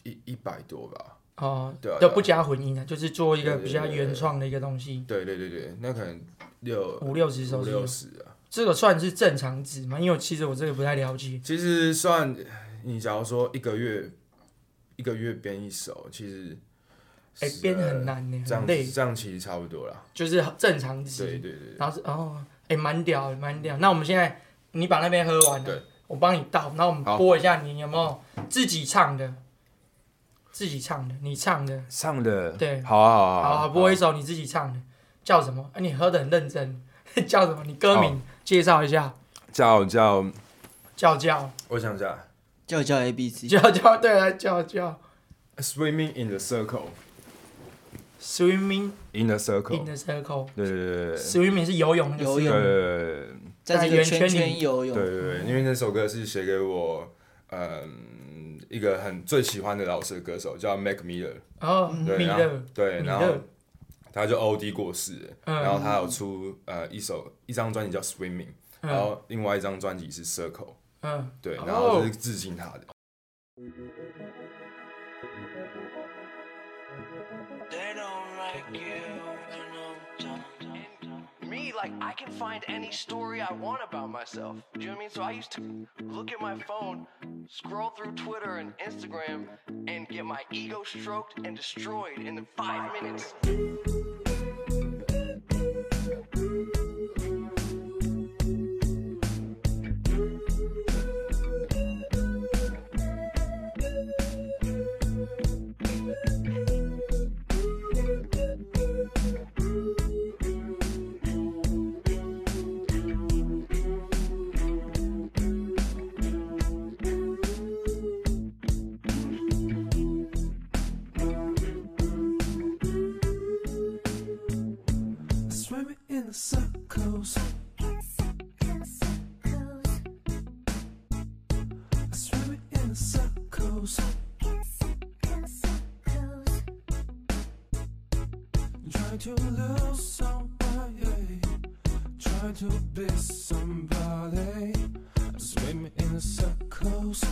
S4: 一一百多吧。
S3: 哦
S4: 对啊，
S3: 就
S4: 对啊
S3: 不加混音的，就是做一个
S4: 对对
S3: 比较
S4: 对对
S3: 原创的一个东西，
S4: 对对对对，那可能六
S3: 五六十首
S4: 五
S3: 是不
S4: 六
S3: 是
S4: 十啊。
S3: 这个算是正常值吗？因为我其实我这个不太了解。
S4: 其实算你假如说一个月一个月编一首，其实
S3: 哎，
S4: 是
S3: 编很难呢，
S4: 这样
S3: 很累，
S4: 这样其实差不多啦。
S3: 就是正常
S4: 对
S3: 值。
S4: 对对，
S3: 然后是哦，哎，蛮屌的，蛮屌。那我们现在你把那边喝完了
S4: 对，
S3: 我帮你倒，然后我们
S4: 好
S3: 播一下你有没有自己唱的，自己唱的，你唱的，
S4: 唱的
S3: 对
S4: 好啊好啊
S3: 好，好播一首你自己唱的，叫什么？哎，你喝的很认真， <laughs> 叫什么？你歌名介绍一下，
S4: 叫叫，
S3: 叫叫
S4: 我想一下
S2: 叫叫 A B C，
S3: 叫叫，对啊，叫叫
S4: ，Swimming in the circle，in
S3: ，swimming
S4: the
S3: in
S4: circle，
S3: the circle。
S4: 对对对对
S3: swimming 是游泳那个
S2: 游
S3: swim
S4: 对
S2: 泳
S4: 对
S2: 在这
S3: 在
S2: 个圈
S3: 圆圈
S2: 圈
S3: 里
S2: 游
S4: 对对
S2: 泳，
S4: 对，因为那首歌是写给我，嗯，一个很最喜欢的老式的歌手叫 Mac Miller，
S3: 然后
S2: 嗯
S4: 对，
S3: 米
S4: 然后
S3: 勒，
S4: 对，
S3: 米
S4: 然后
S3: 勒，
S4: 他就 OD 过世了，
S3: 嗯
S4: 然后他有出呃一首一张专辑叫 Swimming，然
S3: 嗯
S4: 后另外一张专辑是 Circle，
S3: 嗯，
S4: 对，
S3: 哦
S4: 然后就是致敬他的。
S7: They don't like you, you know.
S8: me, like I can find any story I want about myself. Do you know what I mean? So I used to look at my phone, scroll through Twitter and Instagram, and get my ego stroked and destroyed in five minutes.
S9: Swimming in the circles. Swimming in the circles. Trying to lose somebody. Trying to be somebody. Swimming in the circles.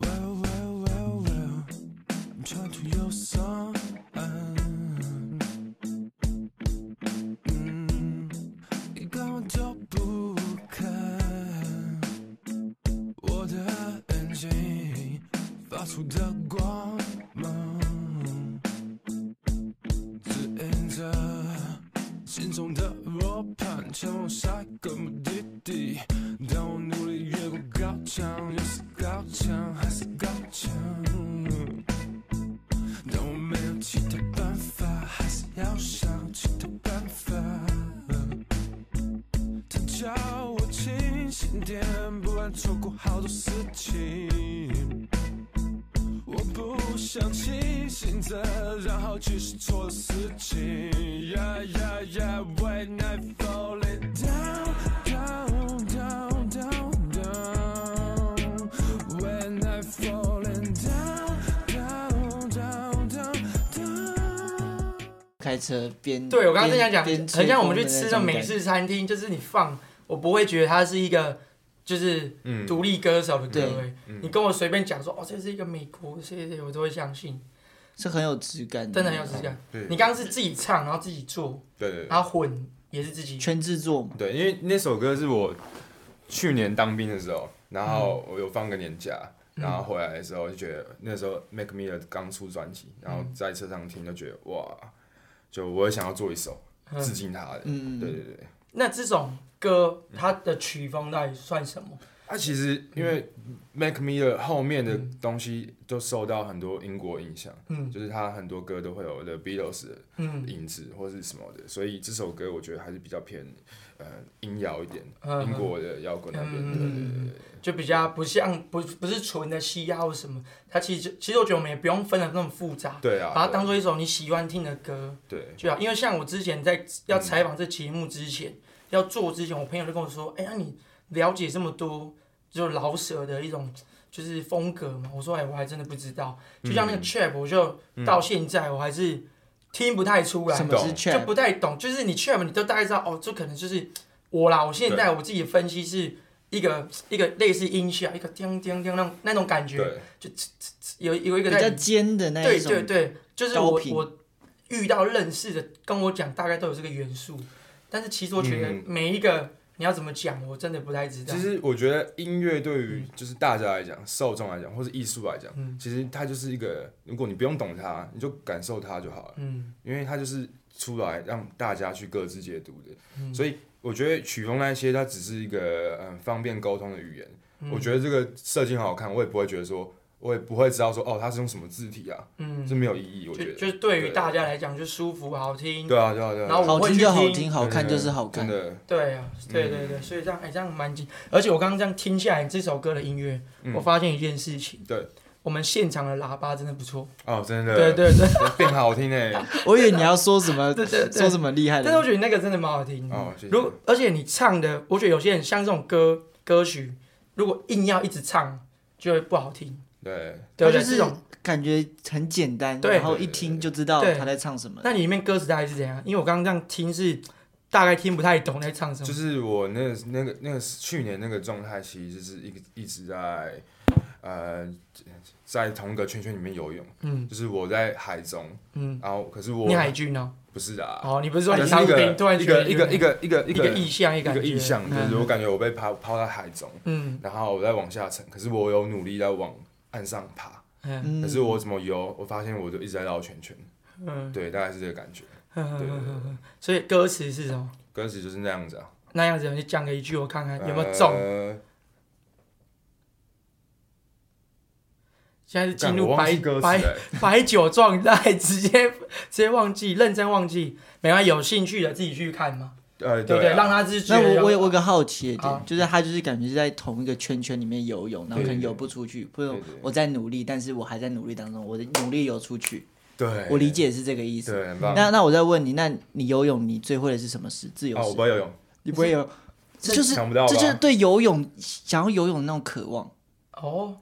S9: Well, well, well, well. I'm trying to your song. Mm, 一个人都不看我的眼睛发出的光芒，指引着心中的罗盘，前往下一个目的地。当我努力越过高墙，又是高墙，还是高墙。但我没有其他办法，还是要想其他办法。他叫我清醒点，不然错过好多事情。我不想清醒着，然后继续做的事情。Yeah yeah yeah, when I falling down, down, down, down, down. When I falling down, down, down, down, down.
S2: 开车边
S3: 对我刚刚正想讲，
S2: 边
S3: 很像我们去吃
S2: 那
S3: 的
S2: 种
S3: 美式餐厅，就是你放，我不会觉得它是一个就是
S4: 嗯
S3: 独立歌手的歌
S2: 对
S3: 欸你跟我随便讲说哦，这是一个美国谁谁，我都会相信，
S2: 是很有质感的，
S3: 真的很有质感。
S4: 嗯对
S3: 你刚刚是自己唱，然后自己做，
S4: 对对对
S3: 然后混也是自己，
S2: 全制作嘛，
S4: 对，因为那首歌是我去年当兵的时候，然后
S3: 嗯
S4: 我有放个年假，然后回来的时候就觉得那时候 Make Me 的刚出专辑，然
S3: 嗯
S4: 后在车上听就觉得哇，就我也想要做一首致敬他的，
S2: 嗯
S4: 对对对。
S3: 那这种歌它的曲风到底算什么？
S4: 啊，其实因为
S3: 嗯
S4: Make Me 的后面的东西都受到很多英国影响，
S3: 嗯
S4: 就是他很多歌都会有 The Beatles 的
S3: 嗯
S4: 影子或是什么的，所以这首歌我觉得还是比较偏呃音摇一点，
S3: 嗯
S4: 英国的摇滚那边，
S3: 嗯
S4: 对对对对。
S3: 就比较不像不不是纯的嘻哈或什么，它其实就其实我觉得我们也不用分的那么复杂，
S4: 对啊，
S3: 把它
S4: 对
S3: 当做一首你喜欢听的歌
S4: 对，
S3: 就好。因为像我之前在要采访这节目之前，要做之前，我朋友就跟我说：“哎、呀，你了解这么多，就是老舍的一种就是风格嘛？”我说：“哎、我还真的不知道。”就像那
S4: 嗯
S3: 个 trap，我就到现在我还是听不太出来，
S2: 什么是
S4: 懂
S3: 就
S2: trap？
S3: 不太懂，就是你 trap 你都大概知道哦，这可能就是我啦。我现在我自己分析是一个一个类似音效，一个叮叮叮那种那种感觉，
S4: 对，
S3: 有有一个
S2: 比
S3: 在
S2: 较尖的那
S3: 对
S2: 一种，
S3: 对对，就是
S2: 高
S3: 我
S2: 频
S3: 我遇到认识的跟我讲大概都有这个元素，但是其实我觉得
S4: 嗯
S3: 每一个你要怎么讲，我真的不太知道
S4: 其。实我觉得音乐对于就是大家来讲、受众来讲，或是艺术来讲，
S3: 嗯
S4: 其实它就是一个，如果你不用懂它，你就感受它就好了，
S3: 嗯嗯
S4: 因为它就是出来让大家去各自解读的。所以我觉得曲风那些，它只是一个嗯方便沟通的语言。
S3: 嗯
S4: 我觉得这个设计很好看，我也不会觉得说，我也不会知道说哦，它是用什么字体啊，
S3: 嗯，
S4: 这没有意义。我觉
S3: 就
S4: 得
S3: 就是对于大家来讲，就舒服好听。
S4: 对啊对啊对啊，
S3: 然后我
S2: 好
S3: 会
S2: 听
S3: 去
S2: 就好
S3: 听
S2: 听，好看就是好看
S4: 真。的
S3: 对啊，对对
S4: 嗯
S3: 对，所以这样哎、这样蛮紧。而且我刚刚这样听下来这首歌的音乐，
S4: 嗯
S3: 我发现一件事情，
S4: 对，
S3: 我们现场的喇叭真的不错。
S4: 哦真的，
S3: 对对对，
S4: 变好听哎、
S2: 我以为你要说什么，
S3: 对对对
S2: 说什么厉害
S3: 但是我
S2: 的，
S3: 觉得你那个真的蛮好听的。
S4: 哦谢谢
S3: 嗯如果而且你唱的，我觉得有些人像这种歌歌曲，如果硬要一直唱，就会不好听。
S4: 对，
S3: 对
S2: 他
S3: 不对，
S2: 就
S3: 这
S2: 是
S3: 种。
S2: 感觉很简单，
S3: 对
S2: 然后一听就知道
S3: 对
S2: 他在唱什么。
S3: 那你里面歌词大概是怎样？因为我刚刚这样听是大概听不太懂在唱什么。
S4: 就是我那个那个那个去年那个状态，其实就是一个一直在呃在同一个圈圈里面游泳，
S3: 嗯
S4: 就是我在海中，
S3: 嗯，
S4: 然后可是我
S3: 你海军哦、
S4: 不是啊，
S3: 哦，你不是说
S4: 就
S3: 你
S4: 是
S3: 当
S4: 一
S3: 兵
S4: 个
S3: 突然
S4: 一
S3: 觉
S4: 个
S3: 得
S4: 一个一个一个
S3: 一
S4: 一
S3: 个意向一
S4: 一
S3: 个
S4: 个
S3: 感觉
S4: 意向，就是我感觉我被抛抛到海中，
S3: 嗯
S4: 然后我在往下沉，可是我有努力在往岸上爬，
S3: 嗯
S2: 嗯
S4: 可是我怎么游，我发现我就一直在绕圈圈，
S3: 嗯
S4: 对，大概是这个感觉。
S3: 嗯，所以歌词是什么？
S4: 歌词就是那样子啊，
S3: 那样子你讲个一句我看看有没有中。
S4: 呃
S3: 现在是进入
S4: 干我忘
S3: 白
S4: 记歌词
S3: 白
S4: 了
S3: 白酒状态， <laughs> 直接直接忘记，认真忘记。没关系，有兴趣的自己去看嘛，
S4: 呃，
S3: 对不对？
S4: 啊
S3: 让他自己。
S2: 那我我有我有个好奇的
S3: 啊
S2: 点，就是他就是感觉是在同一个圈圈里面游泳，然后可能游不出去，或者
S4: 对对
S2: 我在努力，但是我还在努力当中，我的努力游出去，
S4: 对，
S2: 我理，解是这个意思。
S4: 对，哦很棒。
S2: 那那我再问你，那你游泳你最会的是什么事？自由
S4: 哦，我
S2: 式
S4: 不，会游泳，
S2: 你不会游，这就是
S4: 想不到吧
S2: 这就是对游泳想要游泳的那种渴望，
S3: 哦，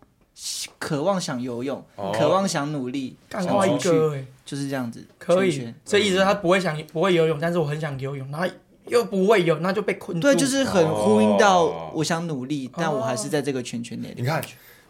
S2: 渴望想游泳，
S4: 哦
S2: 渴望想努力，
S3: 干
S2: 想
S3: 花一
S2: 出去，
S3: 个哎，
S2: 就是这样子。
S3: 可
S2: 圈
S3: 以
S2: 圈。
S3: 所以意思是他不会想不会游泳，但是我很想游泳，然后又不会游，那就被困住。
S2: 对，就是很呼应
S4: 哦
S2: 到我想努力，但我还是在这个圈圈内
S4: 你
S3: 哦
S2: 里，
S4: 看，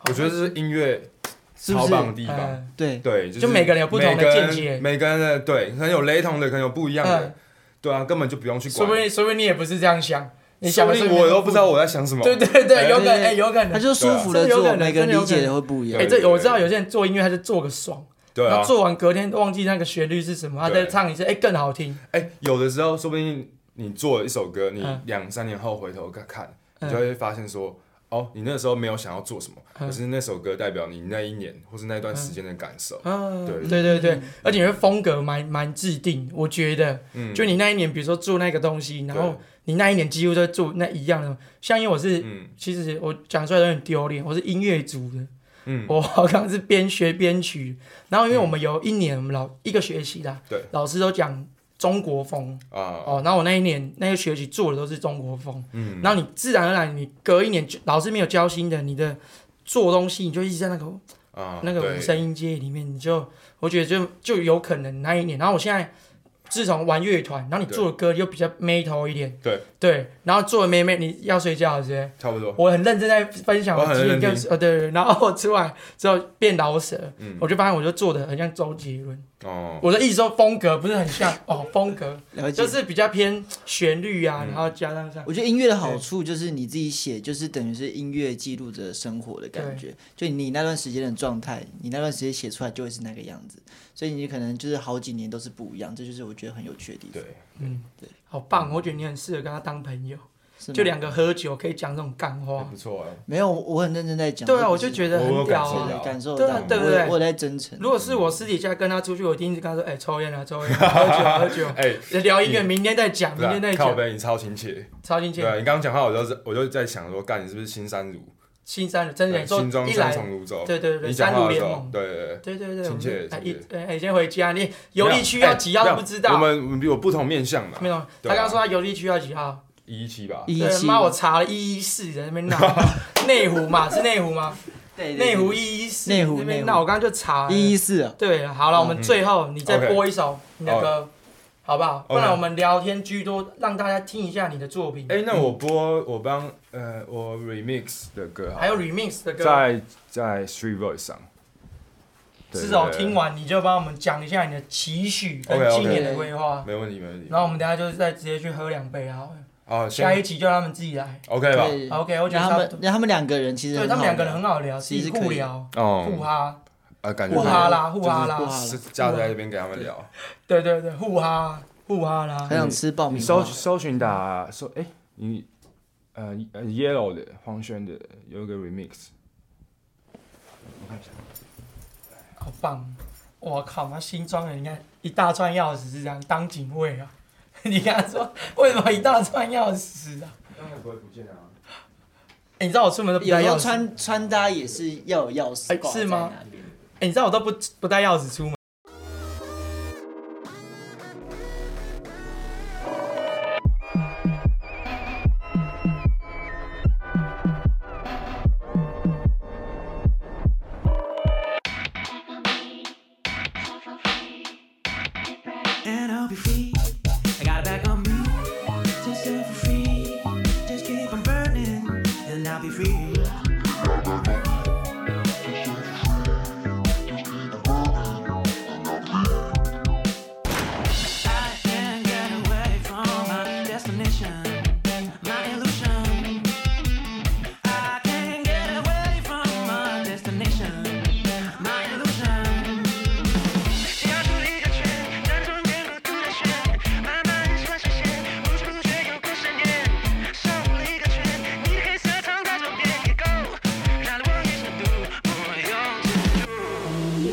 S4: 我觉得这是音乐
S2: 是不
S4: 超
S2: 是？
S4: 棒的地方。
S3: 嗯
S2: 对，
S4: 对，就是
S3: 就每个人有不同的
S4: 每个人
S3: 见解
S4: 每个人的对，可能有雷同的，可能有不一样的
S3: 嗯，
S4: 对啊，根本就不用去
S3: 说
S4: 管
S3: 不。定说不定你也不是这样想，你想
S4: 说
S3: 的
S4: 不
S3: 是
S4: 定我都不知
S3: <laughs>
S4: 道。我在想什么。
S3: 对对对，
S4: 哎
S3: 有可能
S2: 对
S3: 哎，有可能
S2: 他。就舒服的
S3: 对啊真的有可
S2: 做，
S3: 能
S2: 每个
S3: 真的有
S2: 人
S3: 可
S2: 理
S3: 能
S2: 解的会不一样
S3: 哎、。
S4: 对
S3: 这我知道有些人做音乐他就做个爽，
S4: 对
S3: 然
S4: 啊
S3: 后，做完隔天忘记那个旋律是什么，他
S4: 对
S3: 再唱一次，哎、更好听。
S4: 哎，有的时候说不定你做了一首歌，你
S3: 嗯
S4: 两三年后回头看看，
S3: 嗯
S4: 你就会发现说。哦，你那时候没有想要做什么，
S3: 嗯
S4: 可是那首歌代表你那一年或是那段时间的感受。
S3: 嗯，
S4: 对
S3: 对对对，而且你的风格蛮蛮制定，我觉得，
S4: 嗯，
S3: 就你那一年，比如说做那个东西，然后
S4: 对
S3: 你那一年几乎都做那一样的。像因为我是，
S4: 嗯
S3: 其实我讲出来都很丢脸，我是音乐组的，
S4: 嗯，
S3: 我好像是边学边曲。然后因为我们有一年，我们老一个学期啦，
S4: 对
S3: 老师都讲中国风
S4: 啊，
S3: 哦，然后我那一年那个学期做的都是中国风。
S4: 嗯，
S3: 然后你自然而然，你隔一年就老师没有教新的，你的做东西你就一直在那个、
S4: 啊
S3: 那个
S4: 对
S3: 五声音阶里面，你就我觉得就就有可能那一年。然后我现在自从玩乐团，然后你
S4: 对
S3: 做的歌又比较 metal 一点，
S4: 对
S3: 对，然后做的妹妹你要睡觉了是不是？
S4: 差不多。
S3: 我很认真在分享
S4: 我
S3: 我
S4: 很
S3: 自己
S4: 认真
S3: 跟呃对对，对然后我出来之后变老舍，
S4: 嗯
S3: 我就发现我就做的很像周杰伦。
S4: 哦，
S3: 我的意思说风格不是很
S4: <laughs>
S3: 像哦，风格
S2: 了解，
S3: 就是比较偏旋律啊，然后加上像
S2: 我觉得音乐的好处就是你自己写，就是等于是音乐记录着生活的感觉。就你那段时间的状态，你那段时间写出来就会是那个样子，所以你可能就是好几年都是不一样，这就是我觉得很有趣的地方。
S4: 对，
S3: 嗯
S2: 对，
S3: 好棒！我觉得你很适合跟他当朋友，
S2: 是吗
S3: 就两个喝酒可以讲这种干
S4: 还
S3: 话
S4: 不。错啊。
S2: 没有，我很认真在讲。
S3: 对啊，我
S2: 不是
S3: 就觉得
S4: 我
S3: 很
S4: 有
S3: 屌
S4: 受
S3: 啊
S4: 到。
S2: 感受
S3: 对
S2: 到
S3: 啊
S2: 我
S3: 对不对
S2: 我有在真诚。
S3: 如果是我私底下跟他出去，我一定是跟他说：“哎，抽烟啊，抽
S4: <laughs>
S3: 烟啊，喝酒啊，喝酒
S4: 哎，
S3: 啊，聊音乐，明天再讲，
S4: 不是
S3: 明天
S4: 啊
S3: 再
S4: 靠
S3: 讲。
S4: 背，你超亲切。”
S3: 超亲
S4: 对啊，
S3: 切，
S4: 你刚刚讲话，我就是我就在想说，干你是不是新三如？
S3: 新三的真的，
S4: 对
S3: 说
S4: 新庄
S3: 一
S4: 三
S3: 来，
S4: 重泸州。
S3: 对对对对
S4: 你讲话
S3: 三
S4: 的
S3: 如
S4: 时
S3: 联
S4: 候
S3: 盟，
S4: 对对对。
S3: 对对对，我
S4: 亲切
S3: 们哎
S4: 亲
S3: 一
S4: 切
S3: 哎哎，先回家，你游历区要几号
S4: 没
S3: 都
S4: 有
S3: 不知
S4: 哎我
S3: 道。
S4: 们我们有不同面向嘛
S3: 没，有，他
S4: 对啊
S3: 刚刚说他游历区要几号？
S4: 一一七吧。
S2: 一
S3: 对，
S2: 七
S3: 妈，我查了一一四，在那
S4: <laughs>
S3: 边闹。内湖嘛，是内湖吗？
S2: 对
S3: 内湖一一四，
S2: 内湖
S3: 那边
S2: 内湖
S3: 闹，我刚刚就查了。
S2: 一一四啊，
S3: 对，好了，我们
S4: 嗯
S3: 最后你再
S4: OK 哦
S3: 播一首你的歌，好不好？
S4: OK
S3: 不然我们聊天居多，让大家听一下你的作品。
S4: 哎，那我播我帮呃我 remix 的歌好了，
S3: 还有 remix 的歌，
S4: 在在 Street Voice 上。对
S3: 至少
S4: 对对
S3: 哦听完你就帮我们讲一下你的期许跟
S4: OK，OK
S3: 今年的规划。
S4: 没问题没问题。
S3: 然后我们等一下就是再直接去喝两杯啊，
S4: 哦，
S3: 下一
S4: 先
S3: 集就让他们自己来。
S4: OK 吧？
S2: 对
S3: OK，我觉
S2: 然
S3: 得
S2: 后他
S3: 差不
S2: 们
S3: 多，
S2: 然后他们两个人其实
S3: 对他们两个人很
S2: 好
S3: 好聊，自
S2: 其
S3: 己
S2: 实可以
S3: 互聊，互
S4: 哦，
S3: 哈，
S4: 呃，感觉
S3: 互哈啦，
S4: 就是
S3: 互哈啦，
S2: 就是
S4: 是加在这边给他们聊。
S3: 对对对，互哈。布哈拉
S2: 很想吃爆
S4: 你
S2: 米
S4: 搜
S2: 花。
S4: 搜寻打搜哎、你呃呃 Yellow 的黄轩的有一个 remix，
S3: 好棒！我靠，那新装的，你看一大串钥匙是这样当警卫啊？ <laughs> 你跟他说为什么一大串钥匙啊？
S4: 当然不会不见啊，
S3: 哎、你知道我出门都不
S2: 有
S3: 带
S2: 时
S3: 钥
S2: 候
S3: 匙，
S2: 穿穿搭也是要有钥匙
S3: 哎
S2: 挂
S3: 是
S2: 在
S3: 吗
S2: 那边
S3: 哎、你知道我都不不带钥匙出门。
S9: and I'll be free. I got it back on me. Just set for free. Just keep on burning, and I'll be free. I can't get away from my destination, my illusion. I can't get away from my destination, my illusion. 要注意安全，当中陷入独的圈，慢慢穿梭线，无处不却又不闪电，绕了一个圈，你的黑色长大转变也够，让我一身毒，不用自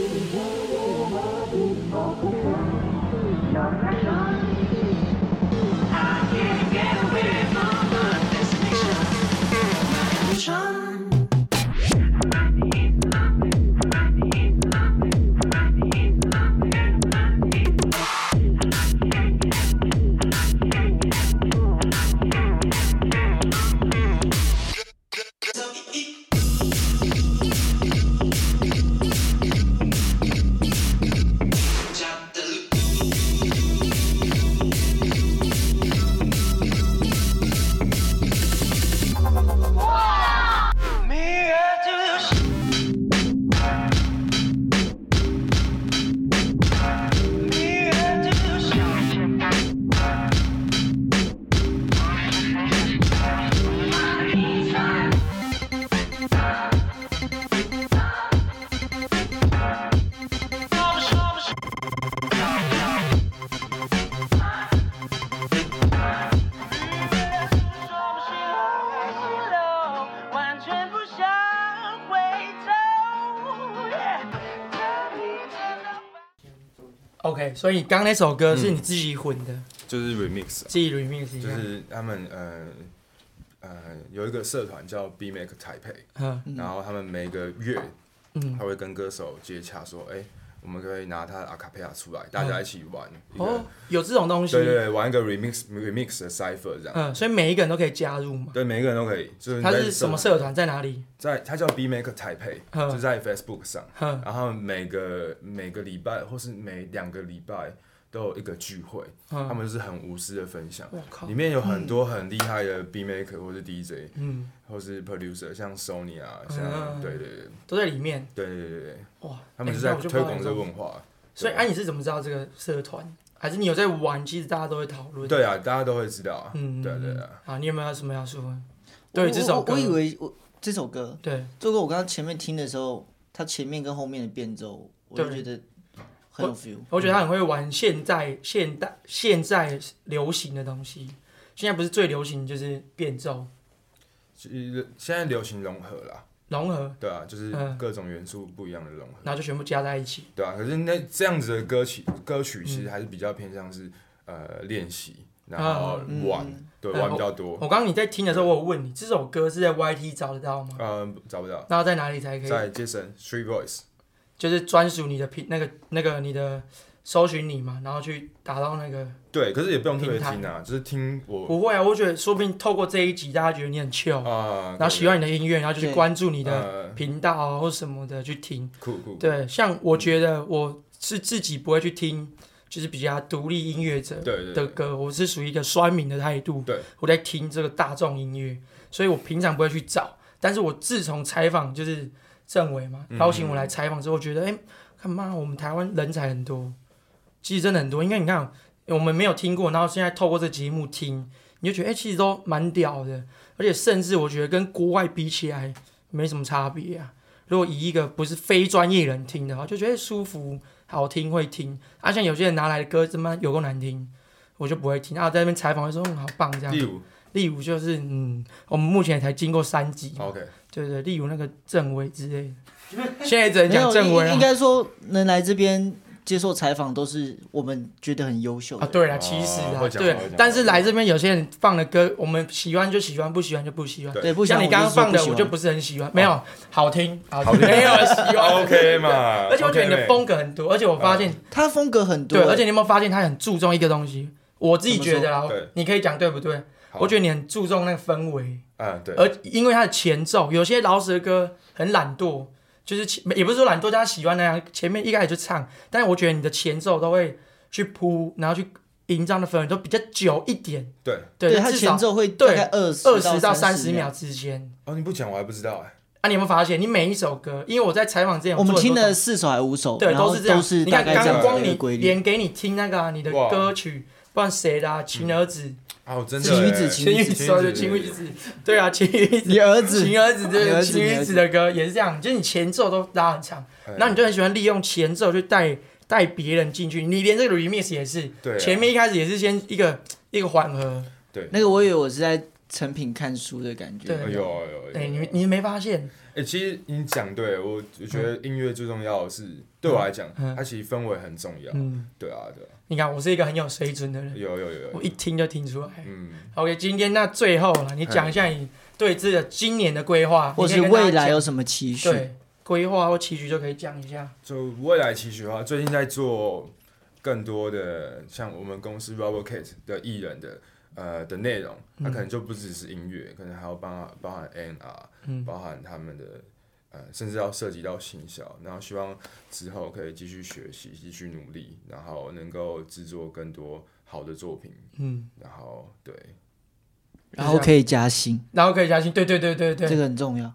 S9: 完全不想回头。
S3: OK，所以刚那首歌是你自己混的，
S4: 就是 remix，、啊、
S3: 自己 remix
S4: 嗯就
S3: 的。
S4: 是他们呃呃有一个社团叫 B Make Taipei，
S3: 嗯
S4: 然后他们每个月
S3: 嗯
S4: 他会跟歌手接洽说，哎、我们可不可以拿他的阿卡贝拉出来，大家一起玩一个，
S3: 嗯哦，有这种东西。
S4: 对对对，玩一个 remix remix 的 cipher 这样。
S3: 嗯，所以每一个人都可以加入嘛。
S4: 对，每个人都可以。就是你
S3: 它
S4: 在
S3: 是什么社团，在哪里？
S4: 在它叫 B Maker 台配，
S3: 嗯
S4: 就在 Facebook 上。
S3: 嗯
S4: 然后每个每个礼拜或是每两个礼拜都有一个聚会，
S3: 嗯
S4: 他们就是很无私的分享
S3: 我靠。
S4: 里面有很多很厉害的 B Maker 或是 DJ，
S3: 嗯，
S4: 或是 producer，像 Sony 啊，
S3: 嗯
S4: 像对对对
S3: 都在里面。
S4: 对对对对，
S3: 哇，
S4: 他们
S3: 哎
S4: 是在
S3: 那我就不知
S4: 推
S3: 道
S4: 广
S3: 有
S4: 这个
S3: 种
S4: 文化。
S3: 所以，哎、你是怎么知道这个社团？还是你有在玩？其实大家都会讨论。
S4: 对啊，大家都会知道啊。
S3: 嗯，嗯，
S4: 对对啊，
S3: 啊，你有没有什么要说？
S2: 我
S3: 对这首歌
S2: 我我以为我这首歌，
S3: 对，
S2: 这首歌我刚刚前面听的时候，它前面跟后面的变奏，我就
S3: 对
S2: 觉得很有 feel。
S3: 我觉得他很会玩现在、现代、现在流行的东西。现在不是最流行就是变奏
S4: 其实现在流行融合啦，
S3: 融合，
S4: 对啊，就是
S3: 嗯
S4: 各种元素不一样的融合。
S3: 然后就全部加在一起。
S4: 对啊，可是那这样子的歌曲
S3: 嗯
S4: 歌曲其实还是比较偏向是、呃练习，然后玩，对
S3: 啊嗯
S4: 玩比较多。
S3: 我刚刚你在听的时候，我有问你这首歌是在 YT 找得到吗？
S4: 嗯，找不到，
S3: 然后在哪里才可以？
S4: 在 Jason Street Voice，
S3: 就是专属你的频那个那个你的搜寻你嘛，然后去达到那个。
S4: 对，可是也不用特别
S3: 平台
S4: 听啊，就是听我
S3: 不会啊，我觉得说不定透过这一集，大家觉得你很 chill，、
S4: 啊，
S3: 然后喜欢你的音乐，然后就去
S2: 对
S3: 关注你的
S4: 呃
S3: 频道啊或什么的去听。
S4: 酷酷，
S3: 对，像我觉得我是自己不会去听，就是比较独立音乐者
S4: 对对
S3: 的
S4: 对
S3: 歌，我是属于一个酸民的态度。
S4: 对，
S3: 我在听这个大众音乐，所以我平常不会去找。但是我自从采访就是政委嘛，邀请我来采访之后，我觉得哎，看妈，我们台湾人才很多，其实真的很多。因为你看，我们没有听过，然后现在透过这节目听，你就觉得哎，其实都蛮屌的，而且甚至我觉得跟国外比起来没什么差别啊。如果以一个不是非专业人听的话，就觉得舒服、好听、会听。啊，像有些人拿来的歌，他妈有够难听，我就不会听。然后在那边采访会说嗯好棒这样。
S4: 第五
S3: 例如就是嗯，我们目前才经过三集嘛， <laughs>
S4: ，OK，
S3: 对对，例如那个政委之类的，现在只能
S2: 没有
S3: 哎讲啊政委
S2: 应
S3: 了
S2: 应。该说能来这边接受采访，都是我们觉得很优秀的
S3: 啊，
S2: 人。
S3: 对了，其实
S4: 哦
S3: 啊
S4: 会，讲
S3: 对
S4: 话会讲，话
S3: 但是来这边有些人放的歌，我们喜欢就喜欢，不喜欢就不喜欢。
S4: 对
S2: 对，不喜
S3: 像
S2: 欢
S3: 你刚刚放的，我
S2: 我
S3: 就
S2: 就
S3: 不
S2: 不
S3: 是很喜欢，没有好听，好
S4: 好听
S3: <laughs>
S4: 哦
S3: 没有喜欢
S4: OK 嘛
S3: 哦 <laughs> 而且我觉得你
S4: OK
S3: 的
S4: 呗
S3: 风格很多，而且我发现，
S2: 喜欢他风格很多，欸
S3: 对，而且你有没有发现他很注重一个东西？我自己觉得啦
S4: 怎么说对，
S3: 你可以讲对不对？
S4: 好
S3: 我觉得你很注重那个氛围，
S4: 嗯，对，
S3: 而因为他的前奏，有些饶舌歌很懒惰，就是前也不是说懒惰，大家喜欢那样，前面一开始就唱，但是我觉得你的前奏都会去铺，然后去营造的氛围都比较久一点，
S4: 对，
S2: 对
S3: 那
S2: 他
S3: 至
S2: 前
S3: 少
S2: 奏会大
S3: 对
S2: 概二十
S3: 二十到三
S2: 三
S3: 十秒
S2: 秒。
S3: 之间。
S4: 哦，你不讲我还不知道哎，
S3: 啊，你有没有发现，你每一首歌，因为我在采访之前
S2: 我们
S3: 做很
S2: 听
S3: 多
S2: 了
S3: 种
S2: 四首还五首，
S3: 对，
S2: 然后
S3: 都
S2: 都
S3: 是这样。你
S2: 大
S3: 看
S2: 概
S3: 刚刚
S2: 这样
S3: 光
S2: 子
S3: 你
S2: 的规律。
S3: 连给你听那个、啊、你的
S4: 哇
S3: 歌曲，不然谁的、啊《情儿子》
S4: 哦，真的
S2: 晴雨
S4: 哎，
S2: 子晴
S3: 情
S2: 雨
S3: 与
S2: 子
S3: 子，对，情与子，对啊，情与子，
S2: 你儿子
S3: 情儿子，
S2: 你
S3: 对，
S2: 儿子
S3: 情与子的歌也是这样，就是你前奏都拉很长，
S4: 哎
S3: 然后你就很喜欢利用前奏去带带别人进去，你连这个 remix 也是，
S4: 对啊
S3: 前面一开始也是先一个一个缓和，
S2: 那个我以为我是在成品看书的感觉。
S3: 对
S4: 哎呦哎呦，哎呦
S3: 对，你你没发现？
S4: 哎、其实你讲对，我我觉得音乐最重要的是，对我来讲，
S3: 嗯
S4: 它其实氛围很重要。
S3: 嗯，
S4: 对啊，对啊，
S3: 你看我是一个很有水准的人，
S4: 有有有
S3: 我
S4: 有，
S3: 一听就听出来。
S4: 嗯，
S3: OK，今天那最后了，你讲一下你对这个今年的规划，
S2: 哎或
S3: 你
S2: 是
S3: 可以跟大
S2: 未
S3: 家
S2: 来
S3: 讲
S2: 有什么期许？
S3: 对规划或期许就可以讲一下。
S4: 就未来期许的话，最近在做更多的像我们公司 r o b e r k i t 的艺人的呃的内容，
S3: 嗯
S4: 它可能就不只是音乐，可能还要包含包含 N R，、
S3: 嗯
S4: 包含他们的呃，甚至要涉及到行销，然后希望之后可以继续学习，继续努力，然后能够制作更多好的作品，
S3: 嗯，
S4: 然后对，
S2: 然后可以加薪，
S3: 然后可以加薪，对对对对对。
S2: 这个很重要。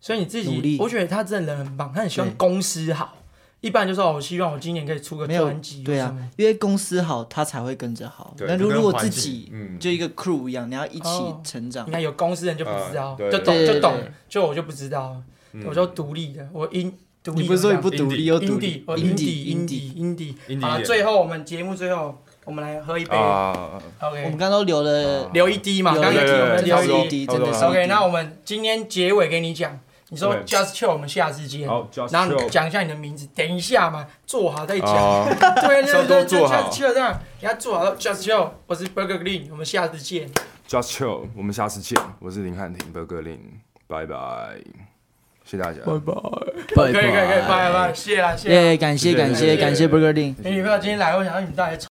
S3: 所以你自
S2: 努
S3: 己
S2: 力，
S3: 我觉得他真的人很棒，他很希望
S2: 对
S3: 公司好。一般就说，哦我希望我今年可以出个
S2: 没有
S3: 专辑，
S2: 对啊，，因为公司好，他才会跟着好。
S4: 对
S2: 那
S4: 就
S2: 如
S4: 跟
S2: 如果
S4: 环
S2: 自
S4: 境
S2: 己
S4: 嗯
S2: 就一个 crew 一样，你要一起
S3: 哦
S2: 成长
S3: 你。看有公司人就不知道，
S4: 啊对
S3: 就懂
S2: 对
S3: 就
S2: 对
S3: 懂
S2: 对，
S3: 就我就不知道，
S4: 嗯
S3: 我就独立的，我英独立的这样。
S2: 你不是说你不独立，又独
S3: 英
S2: 立
S3: 帝，，我英
S2: 英
S3: 帝，
S2: 帝，
S3: 英
S2: 英
S3: 帝，
S2: 帝。
S3: 英帝。
S4: 英帝
S3: 好了，
S4: 一点
S3: 最后我们节目最后，我们来喝一杯
S1: 啊，
S2: 我们
S3: ，OK，
S2: 刚刚都留了，
S3: 留一滴嘛，刚刚有
S2: 对
S3: 提
S2: 对
S3: 我们
S2: 对
S3: 留
S2: 差不多
S3: 一滴。
S2: 真的是
S3: OK，那我们今天结尾给你讲，你说
S1: OK
S3: Just Chill，我们下次见。
S1: 好，Just
S3: 然后你
S1: Chill
S3: 讲一下你的名字，等一下嘛，做好再讲。
S1: 啊，
S4: 哦
S3: 对对对
S1: 都
S3: 对
S1: 做
S3: ，Just
S1: 好
S3: Chill 这样，你要做好 Just Chill。我是 Burger Green，我们下次见。
S4: Just Chill，我们下次见。我是林汉庭，伯格林，拜拜，谢谢大家。
S2: 可
S3: 可以可以可以，拜拜，谢啦谢啦。
S2: 啊
S3: 哎
S2: 耶，感谢感
S4: 谢谢
S2: 谢感谢 Burger Ling。
S3: 你女朋友今天来，我想要你们带来。